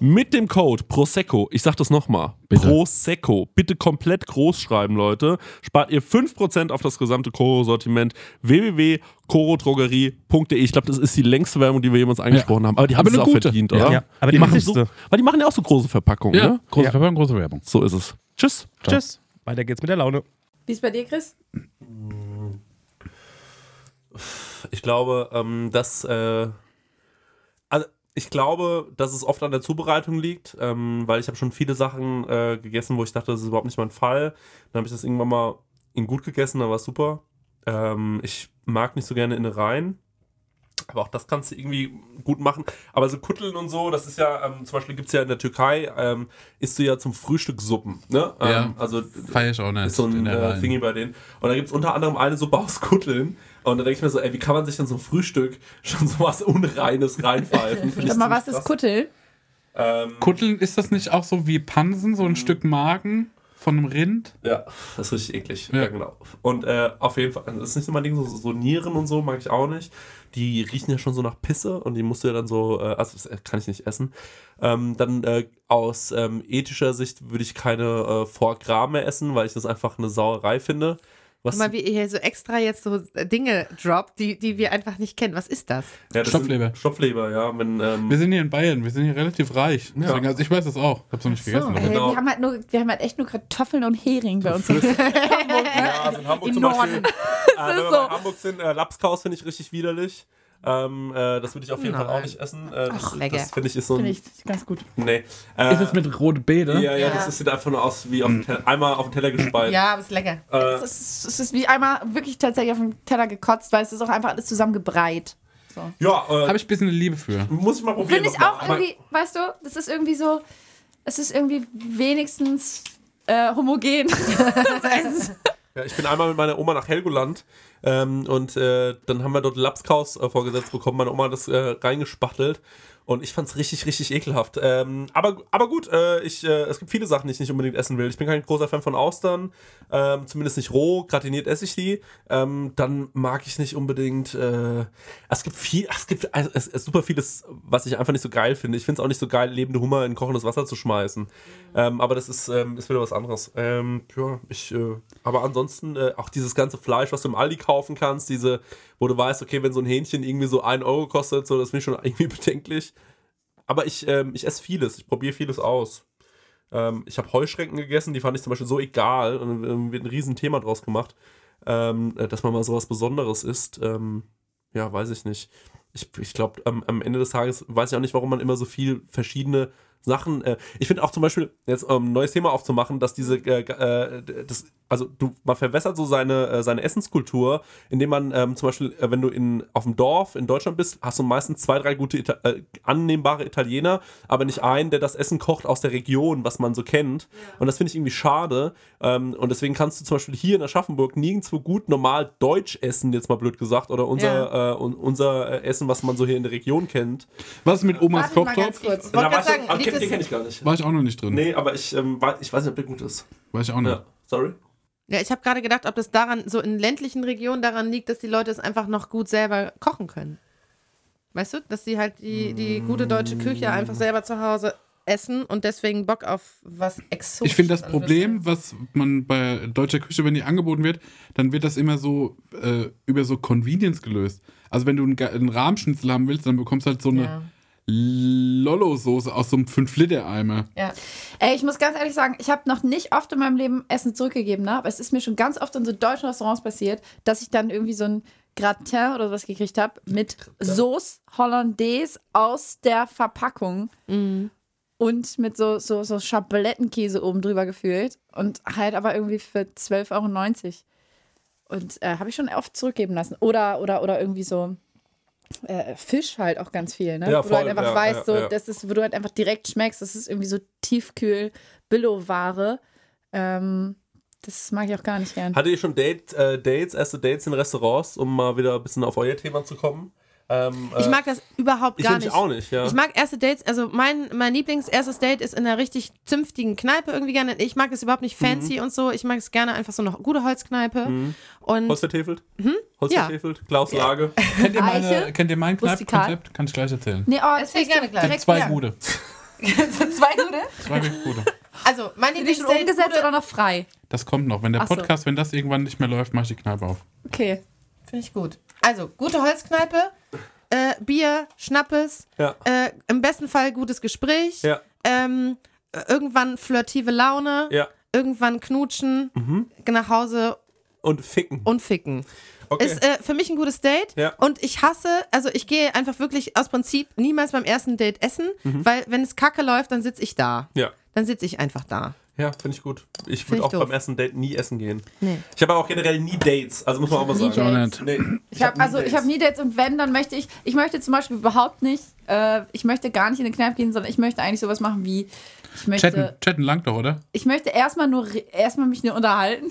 C: mit dem Code Prosecco, ich sag das nochmal,
E: Bitte.
C: Prosecco, bitte komplett groß schreiben, Leute, spart ihr 5% auf das gesamte Koro-Sortiment www.korodrogerie.de. Ich glaube, das ist die längste Werbung, die wir jemals angesprochen haben, aber die haben es
E: Aber eine
C: auch
E: gute.
C: verdient,
E: Ja.
C: oder?
G: Ja, aber die
C: machen so,
G: wichtigste.
C: Weil die machen ja auch so große Verpackungen,
E: Ja,
C: ne?
E: große
G: Ja.
E: Verpackung, große Werbung.
C: So ist es. Tschüss.
G: Tschüss. Weiter geht's mit der Laune.
F: Wie ist bei dir, Chris?
C: Ich glaube, ähm, dass äh, also ich glaube, dass es oft an der Zubereitung liegt, ähm, weil ich habe schon viele Sachen äh, gegessen, wo ich dachte, das ist überhaupt nicht mein Fall. Dann habe ich das irgendwann mal in gut gegessen, dann war es super. Ähm, ich mag nicht so gerne Innereien. Aber auch das kannst du irgendwie gut machen. Aber so Kutteln und so, das ist ja, ähm, zum Beispiel gibt es ja in der Türkei, ähm, isst du ja zum Frühstück Suppen. Ne? Ähm,
E: Ja.
C: Also
E: Feier ich auch nicht.
C: ist so ein äh, Thingy bei denen. Und da gibt es unter anderem eine Suppe aus Kutteln. Und da denke ich mir so, ey, wie kann man sich denn so ein Frühstück schon so was Unreines reinpfeifen? Find ich
F: Sag mal,
C: ziemlich
F: was ist
C: krass.
F: Kuttel?
C: Ähm,
E: Kutteln, ist das nicht auch so wie Pansen, so ein
C: Mhm.
E: Stück Magen von einem Rind?
C: ja, das ist richtig eklig. Ja,
E: Ja.
C: genau. Und äh, auf jeden Fall, das ist nicht so mein Ding, so, so Nieren und so mag ich auch nicht. Die riechen ja schon so nach Pisse und die musst du ja dann so, äh, also das kann ich nicht essen. Ähm, dann äh, aus ähm, ethischer Sicht würde ich keine äh, Foie Gras mehr essen, weil ich das einfach eine Sauerei finde. Was,
D: Guck mal, wie ihr hier so extra jetzt so äh, Dinge droppt, die, die wir einfach nicht kennen. Was ist das?
C: ja, das
E: Stopfleber.
C: Sind, Stopfleber, ja. Wenn, ähm,
E: Wir sind hier in Bayern, wir sind hier relativ reich. Deswegen, also ich weiß das auch. Hab's noch nicht gegessen.
F: Ey,
E: aber-
C: Genau.
F: wir, haben halt nur, wir haben halt echt nur Kartoffeln und Hering bei uns.
C: Ja, also in Hamburg
D: Im
C: zum Beispiel.
D: Norden.
C: Äh, wenn wir mal
F: ist so.
C: in Hamburg sind, äh, Lapskaus finde ich richtig widerlich. Ähm, äh, das würde ich auf jeden Fall auch
D: Nein.
C: nicht essen. Äh, das
D: Ach, lecker.
C: das finde ich ist so ein.
F: Finde ich ganz gut.
C: Nee. Äh,
E: Ist es mit Rot Mhm. Bede?
C: ja, ja,
D: Ja.
C: das sieht einfach nur aus wie auf dem Teller- einmal auf dem Teller gespalten.
D: Ja, aber ist lecker.
C: Äh,
F: Es ist, es ist wie einmal wirklich tatsächlich auf den Teller gekotzt, weil es ist auch einfach alles zusammengebreit. So.
C: ja
E: Habe
C: äh,
E: ich ein bisschen eine Liebe für.
C: muss ich mal probieren.
F: Finde ich
C: noch mal.
F: auch irgendwie, weißt du, das ist irgendwie so, es ist irgendwie wenigstens äh, homogen. das Essen.
C: Ja, ich bin einmal mit meiner Oma nach Helgoland ähm, und äh, dann haben wir dort Lapskaus äh, vorgesetzt bekommen. Meine Oma hat das äh, reingespachtelt und ich fand's richtig, richtig ekelhaft. Ähm, aber, aber gut, äh, ich, äh, es gibt viele Sachen, die ich nicht unbedingt essen will. Ich bin kein großer Fan von Austern, ähm, zumindest nicht roh. Gratiniert esse ich die. Ähm, dann mag ich nicht unbedingt. Äh, es gibt viel, es gibt also, es, es, super vieles, was ich einfach nicht so geil finde. Ich finde es auch nicht so geil, lebende Hummer in kochendes Wasser zu schmeißen. Ähm, aber das ist, ähm, ist wieder was anderes. Ähm, ja, ich, äh, aber ansonsten äh, auch dieses ganze Fleisch, was du im Aldi kaufen kannst, diese, wo du weißt, okay, wenn so ein Hähnchen irgendwie so 1 Euro kostet, so, das finde ich schon irgendwie bedenklich. Aber ich, ähm, ich esse vieles, ich probiere vieles aus. Ähm, ich habe Heuschrecken gegessen, die fand ich zum Beispiel so egal und ähm, wird ein Riesenthema draus gemacht, ähm, äh, dass man mal sowas Besonderes isst. Ähm, ja, weiß ich nicht. Ich, ich glaube, am, am Ende des Tages weiß ich auch nicht, warum man immer so viel verschiedene Sachen. Äh, ich finde auch zum Beispiel, jetzt um ein neues Thema aufzumachen, dass diese, äh, äh, das, also du, man verwässert so seine, äh, seine Essenskultur, indem man ähm, zum Beispiel, äh, wenn du in, auf dem Dorf in Deutschland bist, hast du meistens zwei, drei gute Ita äh, annehmbare Italiener, aber nicht einen, der das Essen kocht aus der Region, was man so kennt. Und das finde ich irgendwie schade. Ähm, und deswegen kannst du zum Beispiel hier in Aschaffenburg nirgendwo gut normal Deutsch essen, jetzt mal blöd gesagt, oder unser, äh, un- unser äh, Essen, was man so hier in der Region kennt.
E: Was mit Omas
D: Warte mal ganz
E: Kochtopf?
D: kurz. Ich
C: Na,
D: wollte gerade
C: weißt du,
D: sagen,
C: aber den
D: liegt
C: kenne
D: es,
C: ich gar nicht.
E: War ich auch noch nicht drin.
C: Nee, aber ich, ähm, wei- ich weiß nicht, ob der gut ist.
E: War ich auch nicht.
C: Ja, sorry.
D: ja, ich habe gerade gedacht, ob das daran, so in ländlichen Regionen daran liegt, dass die Leute es einfach noch gut selber kochen können. Weißt du, dass sie halt die, die gute deutsche Küche einfach
C: Mm.
D: selber zu Hause essen und deswegen Bock auf was Exotisches. Also
E: Ich finde das
F: Also
D: anderes haben.
E: Problem, was man bei deutscher Küche, wenn die angeboten wird, dann wird das immer so äh, über so Convenience gelöst. Also wenn du einen, ge- einen Rahmschnitzel haben willst, dann bekommst du halt so eine
D: Ja.
E: Lollo-Soße aus so einem 5-Liter-Eimer.
D: Ja.
F: Ey, ich muss ganz ehrlich sagen, ich habe noch nicht oft in meinem Leben Essen zurückgegeben, ne? aber es ist mir schon ganz oft in so deutschen Restaurants passiert, dass ich dann irgendwie so ein Gratin oder sowas gekriegt habe mit Sauce Hollandaise aus der Verpackung
C: Mm.
F: und mit so, so, so Schablettenkäse oben drüber gefüllt und halt aber irgendwie für 12,90 Euro. Und äh, habe ich schon oft zurückgeben lassen. Oder, oder, oder irgendwie so äh, Fisch halt auch ganz viel, ne?
C: Ja,
F: wo du
C: voll,
F: halt einfach
C: ja,
F: weißt,
C: ja,
F: so,
C: ja.
F: Das ist, wo du halt einfach direkt schmeckst, das ist irgendwie so tiefkühl Billo-Ware. Ähm, das mag ich auch gar nicht gern.
C: Hattet ihr schon Date, äh, Dates, erste Dates in Restaurants, um mal wieder ein bisschen auf euer Thema zu kommen? Ähm,
D: Ich
C: äh,
D: mag das überhaupt
C: ich
D: gar
C: nämlich
D: nicht.
C: auch nicht, ja.
D: Ich mag erste Dates, also mein, mein Lieblings-erstes Date ist in einer richtig zünftigen Kneipe irgendwie gerne. Ich mag es überhaupt nicht
C: Mhm.
D: fancy und so. Ich mag es gerne einfach so eine gute Holzkneipe. Und
C: Holstertäfelt? Hm? Holstertäfelt? Klaus Lage?
E: Kennt ihr,
F: meine- Eiche?
E: kennt ihr mein
F: Rustikal? Kneipenkonzept?
E: Kann ich gleich erzählen.
F: Nee, oh,
D: das wäre
F: echt so
D: gerne gleich.
E: Zwei
F: ja.
E: gute.
F: Zwei gute?
E: Zwei wirklich gute.
D: Also, mein
F: Sind die schon
D: Lieblingsdate.
F: umgesetzt
D: wurde-
F: oder noch frei?
E: Das kommt noch. Wenn der
F: Ach so.
E: Podcast, wenn das irgendwann nicht mehr läuft, mache ich die Kneipe auf.
F: Okay.
D: Finde ich gut. Also, gute Holzkneipe, äh, Bier, Schnappes,
C: Ja.
D: äh, im besten Fall gutes Gespräch,
C: Ja.
D: ähm, äh, irgendwann flirtive Laune,
C: Ja. Mhm.
D: irgendwann knutschen, nach Hause
C: Und ficken.
D: und ficken.
C: Okay.
D: Ist äh, für mich ein gutes Date.
C: Ja.
D: Und ich hasse, also ich gehe einfach wirklich aus Prinzip niemals beim ersten Date essen, weil wenn es kacke läuft, dann sitze ich da.
C: Mhm. ja.
D: Dann sitze ich einfach da.
C: Ja, finde ich gut. Ich
D: Find
C: würde
D: ich
C: auch
D: doof.
C: beim ersten Date nie essen gehen.
D: Nee.
C: Ich habe aber auch generell nie Dates, also muss man auch mal
F: Nie
C: sagen.
E: Dates.
C: Nee,
F: Ich hab,
C: nie
F: also ich
C: Dates.
F: habe nie Dates und wenn, dann möchte ich, ich möchte zum Beispiel überhaupt nicht, äh, ich möchte gar nicht in eine Kneipe gehen, sondern ich möchte eigentlich sowas machen wie, ich möchte,
E: Chatten, chatten langt doch, oder?
F: ich möchte erstmal nur, re- erstmal mich nur unterhalten.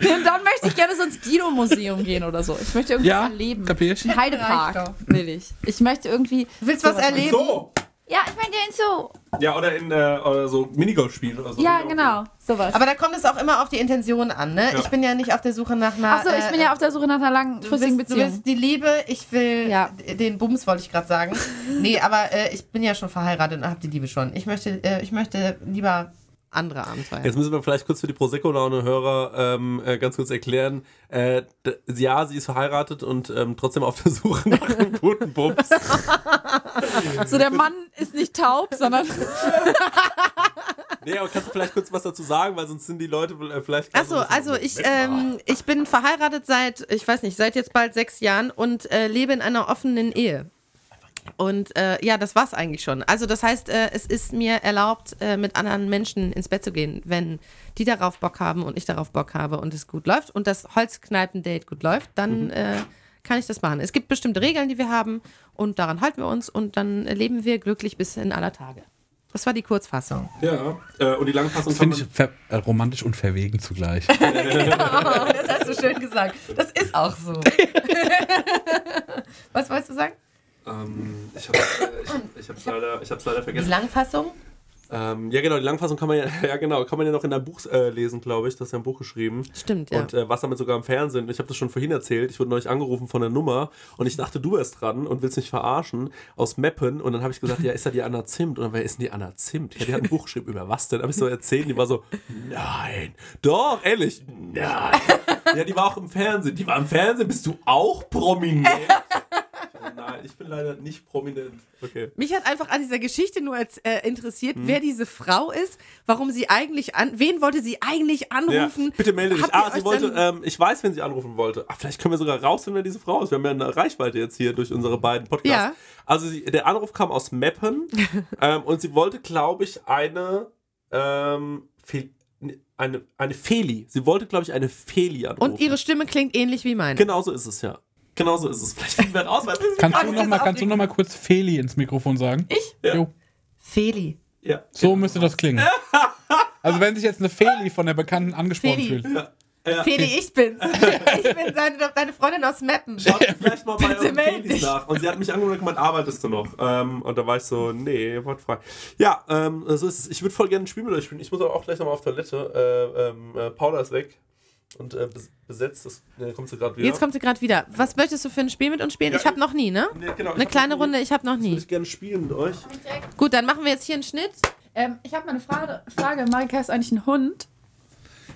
F: und dann möchte ich gerne so ins Guido-Museum gehen oder so. Ich möchte irgendwas erleben.
E: kapierst
F: Ein
D: Reicht doch.
F: Heidepark will ich. Ich möchte irgendwie.
D: Willst du was
F: sowas machen.
D: erleben?
C: So!
F: Ja, ich meine den so.
C: Ja, oder in äh, oder so Minigolf spielen oder so.
F: Ja,
C: Finde ich auch
F: genau. Sowas.
D: Aber da kommt es auch immer auf die Intention an, ne?
C: Ja.
D: Ich bin ja nicht auf der Suche nach einer.
F: Achso, ich bin
D: äh,
F: ja auf der Suche nach einer
D: Du
F: langfristigen
D: bist, du
F: Beziehung.
D: bist die Liebe, ich will
F: Ja.
D: d- den Bums, wollte ich gerade sagen. Nee, aber äh, ich bin ja schon verheiratet und habe die Liebe schon. Ich möchte, äh, ich möchte lieber andere Abenteuer.
C: Jetzt müssen wir vielleicht kurz für die Prosecco-Laune-Hörer ähm, äh, ganz kurz erklären. Äh, d- ja, sie ist verheiratet und ähm, trotzdem auf der Suche nach einem guten Bums.
F: So, der Mann ist nicht taub, sondern
C: Nee, aber kannst du vielleicht kurz was dazu sagen, weil sonst sind die Leute äh, vielleicht.
D: Achso, also ich, ähm, ich bin verheiratet seit, ich weiß nicht, seit jetzt bald sechs Jahren und äh, lebe in einer offenen Ehe. Und äh, ja, das war's eigentlich schon. Also das heißt, äh, es ist mir erlaubt, äh, mit anderen Menschen ins Bett zu gehen, wenn die darauf Bock haben und ich darauf Bock habe und es gut läuft und das Holzkneipen-Date gut läuft, dann äh, kann ich das machen. Es gibt bestimmte Regeln, die wir haben und daran halten wir uns und dann leben wir glücklich bis in aller Tage. Das war die Kurzfassung.
H: Ja. Äh, und die Langfassung
E: Das finde ich ver äh, romantisch und verwegen zugleich.
D: das hast du schön gesagt. Das ist auch so. Was wolltest du sagen?
H: Ähm, ich habe ich, ich hab's leider, ich hab's leider
D: Die
H: vergessen.
D: Langfassung?
C: Ähm, ja, genau, die Langfassung kann man ja, ja genau, kann man ja noch in deinem Buch äh, lesen, glaube ich. Du hast ja ein Buch geschrieben.
D: Stimmt, ja.
C: Und äh, was damit sogar im Fernsehen. Ich habe das schon vorhin erzählt. Ich wurde neulich angerufen von der Nummer und ich dachte, du wärst dran und willst mich verarschen aus Meppen. Und dann habe ich gesagt, ja, ist da die Anna Zimt? Und dann, wer ist denn die Anna Zimt? Ja, die hat ein Buch geschrieben. Über was denn? Habe ich so erzählt. Die war so, nein. Doch, ehrlich, nein. Ja, die war auch im Fernsehen. Die war im Fernsehen. Bist du auch prominent? Ich so, Nein, ich bin leider nicht prominent. Okay.
D: Mich hat einfach an dieser Geschichte nur als, äh, interessiert,
C: Hm.
D: wer diese Frau ist, warum sie eigentlich an, wen wollte sie eigentlich anrufen?
C: Ja, bitte melde dich.
D: Habt ihr
C: Ah, sie
D: euch
C: wollte,
D: dann-
C: ähm, ich weiß, wen sie anrufen wollte. Ah, vielleicht können wir sogar rausfinden, wer diese Frau ist. Wir haben ja eine Reichweite jetzt hier durch unsere beiden Podcasts.
D: Ja.
C: Also sie, der Anruf kam aus Meppen ähm, und sie wollte, glaube ich, eine, ähm, Fe eine, eine Feli. Sie wollte, glaube ich, eine Feli anrufen.
D: und ihre Stimme klingt ähnlich wie meine.
C: Genau so ist es, ja. Genau so ist es. Vielleicht finden wir raus, was ist.
E: Kannst
D: Kannst
E: du
D: du
E: noch mal,
D: das
E: kannst du noch mal kurz Feli ins Mikrofon sagen? Ich? Jo,
D: Feli.
C: Ja.
E: so müsste das klingen. Also wenn sich jetzt eine Feli von der Bekannten angesprochen
D: Feli.
E: fühlt.
D: Feli, ich bin's. ich bin seine, deine Freundin aus Meppen.
C: Schaut vielleicht mal bei
D: Bitte
C: euren
D: meld
C: Felis
D: dich.
C: nach. Und sie hat mich angerufen und gemeint, arbeitest du noch? Ähm, und da war ich so, nee, wortfrei. Ja, ähm, so ist es. Ich würde voll gerne ein Spiel mit euch spielen. Ich muss aber auch gleich nochmal auf Toilette. Äh, ähm, äh, Paula ist weg und äh, bes- besetzt. Das, nee, kommt sie gerade wieder.
D: Jetzt kommt sie gerade wieder. Was möchtest du für ein Spiel mit uns spielen?
C: Ja,
D: ich habe noch nie, ne?
C: Nee, genau, ich
D: Eine
C: hab
D: kleine
C: noch nie-
D: Runde, ich habe noch
C: Das würde
D: nie.
C: ich gerne spielen mit euch.
D: Gut, dann machen wir jetzt hier einen Schnitt.
F: Ähm, ich habe mal eine Frage. Frage. Marika ist eigentlich ein Hund.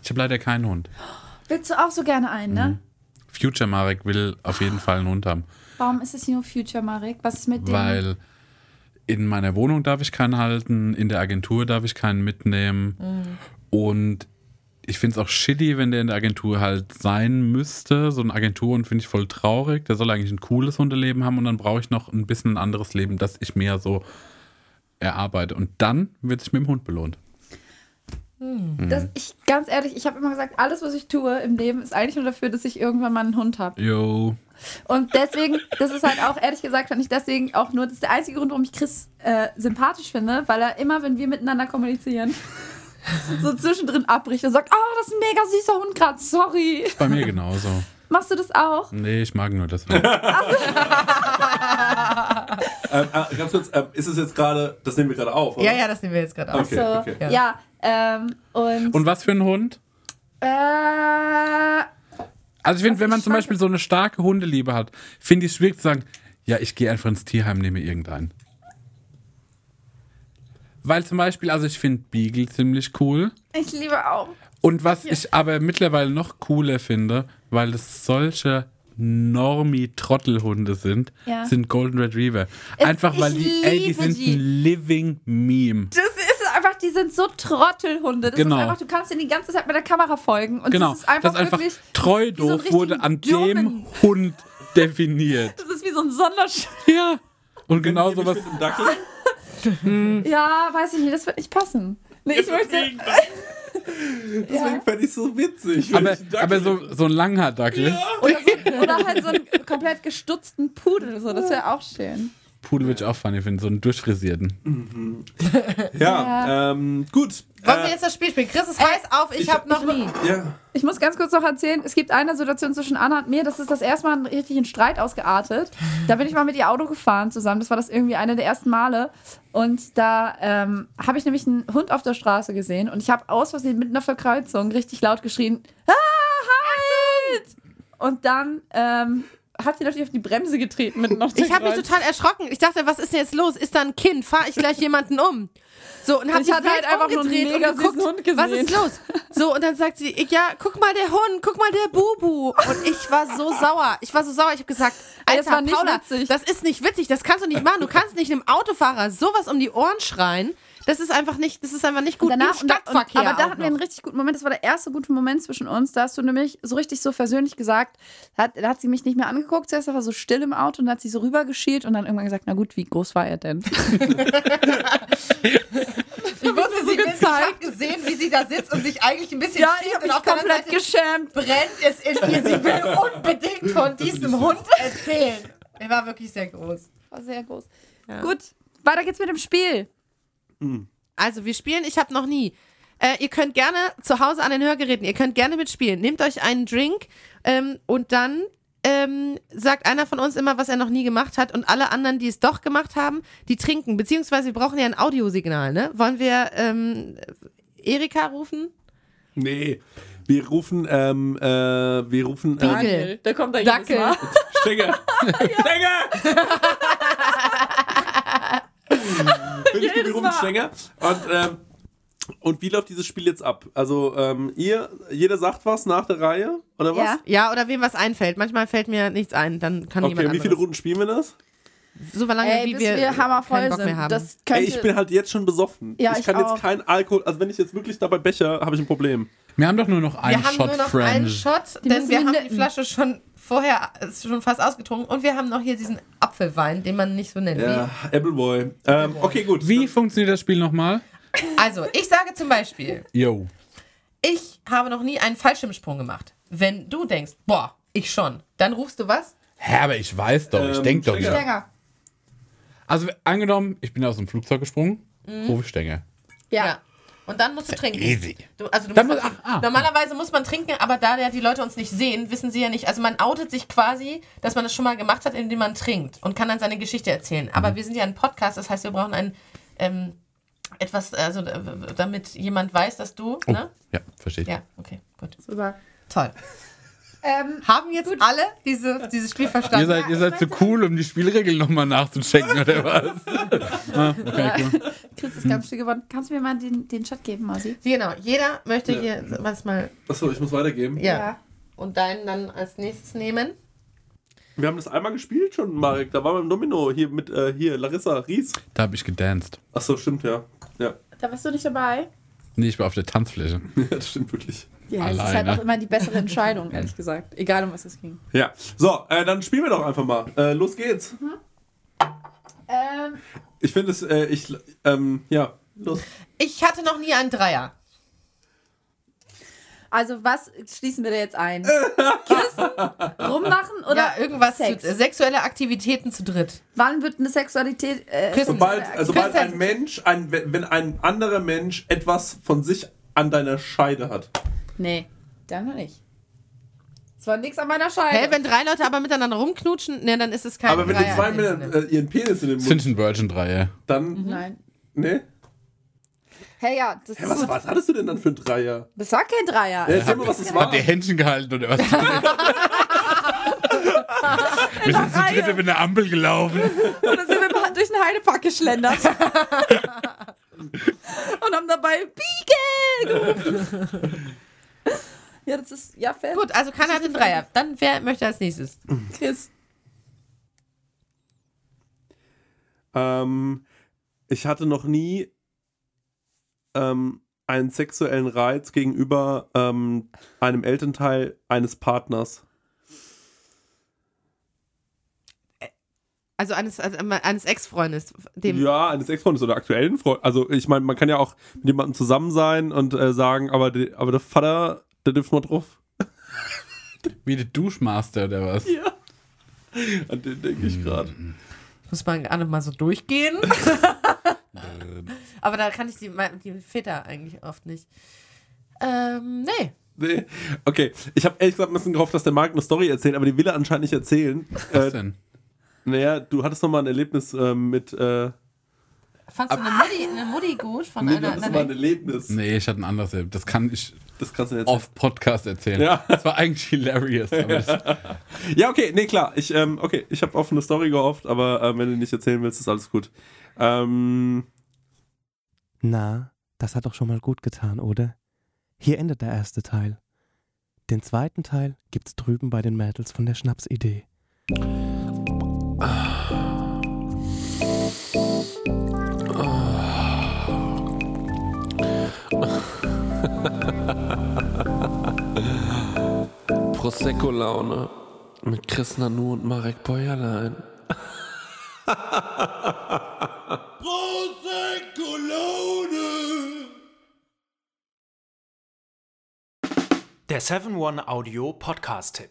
E: Ich habe leider keinen Hund.
F: Willst du auch so gerne einen, ne?
E: Future Marek will auf jeden Fall einen Hund haben,
F: Warum ist es nur Future, Marek? Was ist mit dem?
E: weil in meiner Wohnung darf ich keinen halten, in der Agentur darf ich keinen mitnehmen und ich finde es auch shitty, wenn der in der Agentur halt sein müsste. So eine Agentur und finde ich voll traurig. Der soll eigentlich ein cooles Hundeleben haben und dann brauche ich noch ein bisschen ein anderes Leben, das ich mir so erarbeite. Und dann wird sich mit dem Hund belohnt.
F: Das, ich, ganz ehrlich, ich habe immer gesagt, alles, was ich tue im Leben, ist eigentlich nur dafür, dass ich irgendwann mal einen Hund habe.
E: Yo.
F: Und deswegen, das ist halt auch, ehrlich gesagt, fand ich deswegen auch nur, das ist der einzige Grund, warum ich Chris äh, sympathisch finde, weil er immer, wenn wir miteinander kommunizieren, so zwischendrin abbricht und sagt, oh, das ist ein mega süßer Hund gerade, sorry.
E: Bei mir genauso.
F: Machst du das auch?
E: Nee, ich mag nur das.
H: Ähm, äh, ganz kurz, ähm, ist es jetzt gerade, das nehmen wir gerade auf, oder?
D: Ja, ja, das nehmen wir jetzt gerade auf.
H: Okay,
F: so,
H: okay.
F: ja. ähm, und,
E: Und was für ein Hund?
F: äh,
E: Also ich finde,
F: Also
E: wenn man
F: ich
E: zum
F: fand-
E: Beispiel so eine starke Hundeliebe hat, finde ich es schwierig zu sagen, ja, ich gehe einfach ins Tierheim, nehme irgendeinen. Weil zum Beispiel, also ich finde Beagle ziemlich cool.
F: ich liebe auch.
E: Und was ich aber mittlerweile noch cooler finde, weil es solche Normie-Trottelhunde sind,
F: Ja.
E: sind Golden Retriever.
F: Es-
E: Einfach weil
F: ich
E: die, ey, die
F: liebe
E: sind
F: die.
E: ein Living Meme.
F: Das ist einfach, die sind so Trottelhunde. Das
E: Genau.
F: ist einfach, du kannst ihnen die ganze Zeit mit der Kamera folgen. Und
E: Genau.
F: das ist einfach,
E: das ist einfach
F: wirklich,
E: treu
F: so einen
E: doof wurde
F: richtigen
E: an dem
F: dummen-
E: Hund definiert.
F: das ist wie so ein Sonderschutz.
E: Ja. Und genau
H: Ihr mich
E: sowas.
H: mit dem Dackel?
F: Ja, weiß ich nicht, das wird nicht passen. Nee, ich möchte.
H: Deswegen fände ich es so witzig. wenn
E: Aber,
H: ich einen Dackel-
E: aber so, so ein Langhaar-Dackel.
F: Oder, so, oder halt so einen komplett gestutzten Pudel, so, das wäre auch schön.
E: Pudel würde ich auch funny finden, so einen durchfrisierten.
H: ja, Ähm, gut.
D: Wollen wir
H: Äh,
D: jetzt das Spiel spielen? Chris, es heiß auf, ich, habe noch nie.
H: ja.
F: Ich muss ganz kurz noch erzählen, es gibt eine Situation zwischen Anna und mir, das ist das erste Mal einen richtigen Streit ausgeartet. Da bin ich mal mit ihr Auto gefahren zusammen, das war das irgendwie eine der ersten Male. Und da ähm, habe ich nämlich einen Hund auf der Straße gesehen und ich habe aus Versehen mitten auf der Kreuzung richtig laut geschrien, ah, halt! Und dann ähm, hat sie natürlich auf die Bremse getreten mitten auf der
D: Ich habe mich
F: Kreuzung.
D: total erschrocken. Ich dachte, was ist denn jetzt los? Ist da ein Kind? Fahre ich gleich jemanden um? So, und hab
F: Ich
D: die
F: hatte
D: wild
F: halt einfach nur einen
D: umgedreht
F: mega
D: und geguckt,
F: süßen Hund gesehen.
D: was ist los? So, und dann sagt sie, ich- ja, guck mal der Hund, guck mal der Bubu. Und ich war so sauer. Ich war so sauer. Ich habe gesagt,
F: Ey,
D: Alter,
F: das war nicht
D: Paula,
F: witzig.
D: das ist nicht witzig. Das kannst du nicht machen. Du kannst nicht einem Autofahrer sowas um die Ohren schreien. Das ist einfach nicht, das ist einfach nicht
F: Und
D: gut.
F: danach,
D: Im Stadtverkehr.
F: aber da
D: auch
F: hatten wir einen
D: noch.
F: richtig guten Moment. Das war der erste gute Moment zwischen uns. Da hast du nämlich so richtig so versöhnlich gesagt, da hat, da hat sie mich nicht mehr angeguckt. Zuerst war so still im Auto und dann hat sie so rübergeschielt und dann irgendwann gesagt, na gut, wie groß war er denn?
D: ich wusste, sie
F: so
D: will- ich hab
F: gezeigt.
D: gesehen, wie sie da sitzt und sich eigentlich ein bisschen
F: ja, ich
D: schämt
F: habe
D: und
F: mich
D: auf der anderen
F: komplett
D: Seite
F: geschämt.
D: brennt es in ihr. Sie will unbedingt von diesem Hund erzählen. Er war wirklich sehr groß.
F: War sehr groß. Gut, weiter geht's mit dem Spiel.
D: Also wir spielen, ich habe noch nie. Äh, ihr könnt gerne zu Hause an den Hörgeräten, ihr könnt gerne mitspielen. Nehmt euch einen Drink ähm, und dann ähm, sagt einer von uns immer, was er noch nie gemacht hat und alle anderen, die es doch gemacht haben, die trinken. Beziehungsweise wir brauchen ja ein Audiosignal, ne? Wollen wir ähm, Erika rufen?
C: Nee. Wir rufen, ähm, äh, wir rufen, äh,
D: Igel.
F: Da kommt er
D: Dackel.
C: Stenger! Stenger! Bin ich
F: Jedes
C: gerufen,
F: Mal.
C: Stenger. Und, ähm, und wie läuft dieses Spiel jetzt ab? Also, ähm, ihr, jeder sagt was nach der Reihe, oder was?
F: Ja.
D: Ja, oder wem was einfällt. Manchmal fällt mir nichts ein, dann kann
C: Okay,
D: jemand
C: wie viele
D: anderes.
C: Runden spielen wir das?
D: So lange,
F: Ey,
D: wie
F: bis
D: wir,
F: wir, hammervoll
D: keinen Bock
F: sind.
D: mehr haben.
F: Das könnte,
C: Ey, ich bin halt jetzt schon besoffen.
F: Ja,
C: ich
F: ich
C: kann
F: auch.
C: jetzt kein Alkohol, also wenn ich jetzt wirklich dabei becher, habe ich ein Problem.
E: Wir haben doch nur noch einen
D: wir haben
E: Shot
D: nur noch einen
E: French.
D: Shot,
F: Die
D: denn
F: müssen
D: wir
F: wir
D: haben die
F: nippen.
D: Flasche schon vorher ist schon fast ausgetrunken und wir haben noch hier diesen Apfelwein, den man nicht so nennt.
C: Ja, Appleboy. Äh, Ähm, okay, gut.
E: Wie funktioniert das Spiel nochmal?
D: Also, ich sage zum Beispiel,
E: Yo.
D: ich habe noch nie einen Fallschirmsprung gemacht. Wenn du denkst, boah, ich schon, dann rufst du was?
E: Hä, aber ich weiß doch, ich
C: Ähm,
E: denk doch
C: Stenger.
E: nicht. Also angenommen, ich bin aus dem Flugzeug gesprungen,
D: Mhm.
E: rufe ich Stenger.
F: Ja.
D: Und dann musst du trinken.
E: Easy.
D: Du, also du
E: Dann
D: musst,
E: muss- ah, ah.
D: normalerweise muss man trinken, aber da ja die Leute uns nicht sehen, wissen sie ja nicht. Also man outet sich quasi, dass man das schon mal gemacht hat, indem man trinkt und kann dann seine Geschichte erzählen.
E: Mhm.
D: Aber wir sind ja ein Podcast, das heißt, wir brauchen ein ähm, etwas, also äh, damit jemand weiß, dass du.
E: Oh,
D: Ne?
E: Ja, verstehe ich.
D: Ja, okay, gut.
F: Super.
D: Toll.
F: Ähm,
D: Haben jetzt alle diese, dieses Spiel verstanden?
E: Ihr seid, ihr seid zu cool, um die Spielregeln nochmal nachzuchecken, oder was? ah, okay, cool.
F: Chris ist ganz viel gewonnen. Kannst du mir mal den, den Chat geben, Mausi?
D: Genau, jeder möchte hier was mal.
C: Achso, ich muss weitergeben.
D: Ja. Und deinen dann als nächstes nehmen.
C: Wir haben das einmal gespielt schon, Marek. Da waren wir im Domino hier mit, äh, hier, Larissa Ries.
E: Da habe ich gedanced.
C: Achso, stimmt, ja. Ja,
F: Da warst du nicht dabei.
E: Nee, ich war auf der Tanzfläche.
C: das stimmt wirklich.
F: Ja, es ist halt
E: Alleine.
F: auch immer die bessere Entscheidung, ehrlich gesagt. Egal, um was es ging.
C: Ja. So, äh, dann spielen wir doch einfach mal. Äh, los geht's.
F: Ähm,
C: Ich finde es, äh, ich, ähm, ja. Los.
D: Ich hatte noch nie einen Dreier.
F: also, was schließen wir da jetzt ein? Küssen? Rummachen oder
D: ja, irgendwas
F: Sex?
D: Zu, sexuelle Aktivitäten zu dritt.
F: Wann wird eine Sexualität. Äh,
D: Küssen.
C: Sobald,
F: Äh,
C: äh, sobald
D: Christian-
C: ein Mensch, ein, wenn ein anderer Mensch etwas von sich an deiner Scheide hat.
F: Nee, dann noch nicht. Es war nichts an meiner Scheibe.
D: Hä, wenn drei Leute aber miteinander rumknutschen, ne, dann ist es kein
C: Aber wenn die
D: Dreier.
C: zwei
D: in dem
C: Männer
D: Sinne.
C: äh, ihren Penis in den
E: Das finde
C: Mund,
E: ich ein Virgin-Dreier.
C: dann,
D: Mhm.
F: Nein.
C: ne?
F: Hey, Hm? ja, das,
C: Hä,
F: ist so,
C: was, was hattest du denn dann für ein Dreier?
F: das war kein
C: Ja,
F: Dreier.
C: erzähl mal, was das war.
E: Habt ihr Händchen gehalten oder was? Wir sind zu dritt über eine Ampel gelaufen.
F: Und dann sind wir durch den Heidepark geschlendert. Und haben dabei Beagle gerufen. Ja, das ist ja fair.
D: Gut, also keiner hat einen Dreier. Dann wer möchte als nächstes?
F: Chris.
C: Ähm, ich hatte noch nie ähm, einen sexuellen Reiz gegenüber ähm, einem Elternteil eines Partners.
D: Also eines, also eines Ex-Freundes. Dem
C: Ja, eines Ex-Freundes oder aktuellen Freundes. Also ich meine, man kann ja auch mit jemandem zusammen sein und äh, sagen, aber, de, aber der Vater, der dürfen wir drauf.
E: Wie der Duschmaster oder was?
C: An den denke ich gerade.
D: muss man gerade mal so durchgehen. aber da kann ich die, die Väter eigentlich oft nicht. Ähm, nee.
C: Nee. Okay, ich habe ehrlich gesagt ein bisschen gehofft, dass der Marc eine Story erzählt, aber die will er anscheinend nicht erzählen.
E: Was
C: Äh,
E: denn?
C: naja, du hattest noch mal ein Erlebnis äh, mit... Äh,
D: Fandst du eine Mutti, eine Mutti gut von
C: nee, du
D: einer
C: hattest noch mal ein Erlebnis.
E: Nee, ich hatte ein anderes. Erlebnis. Das kann ich
C: Das kannst du jetzt
E: auf Podcast erzählen.
C: Ja.
E: Das war eigentlich hilarious. Aber das,
C: Ja, okay, nee, klar. Ich, ähm, okay, ich habe auf eine Story gehofft, aber äh, wenn du nicht erzählen willst, ist alles gut. Ähm,
A: Na, das hat doch schon mal gut getan, oder? Hier endet der erste Teil. Den zweiten Teil gibt's drüben bei den Mädels von der Schnapsidee.
B: Prosecco-Laune mit Chris Nanu und Marek Bäuerlein.
I: Der 7-One Audio Podcast-Tipp.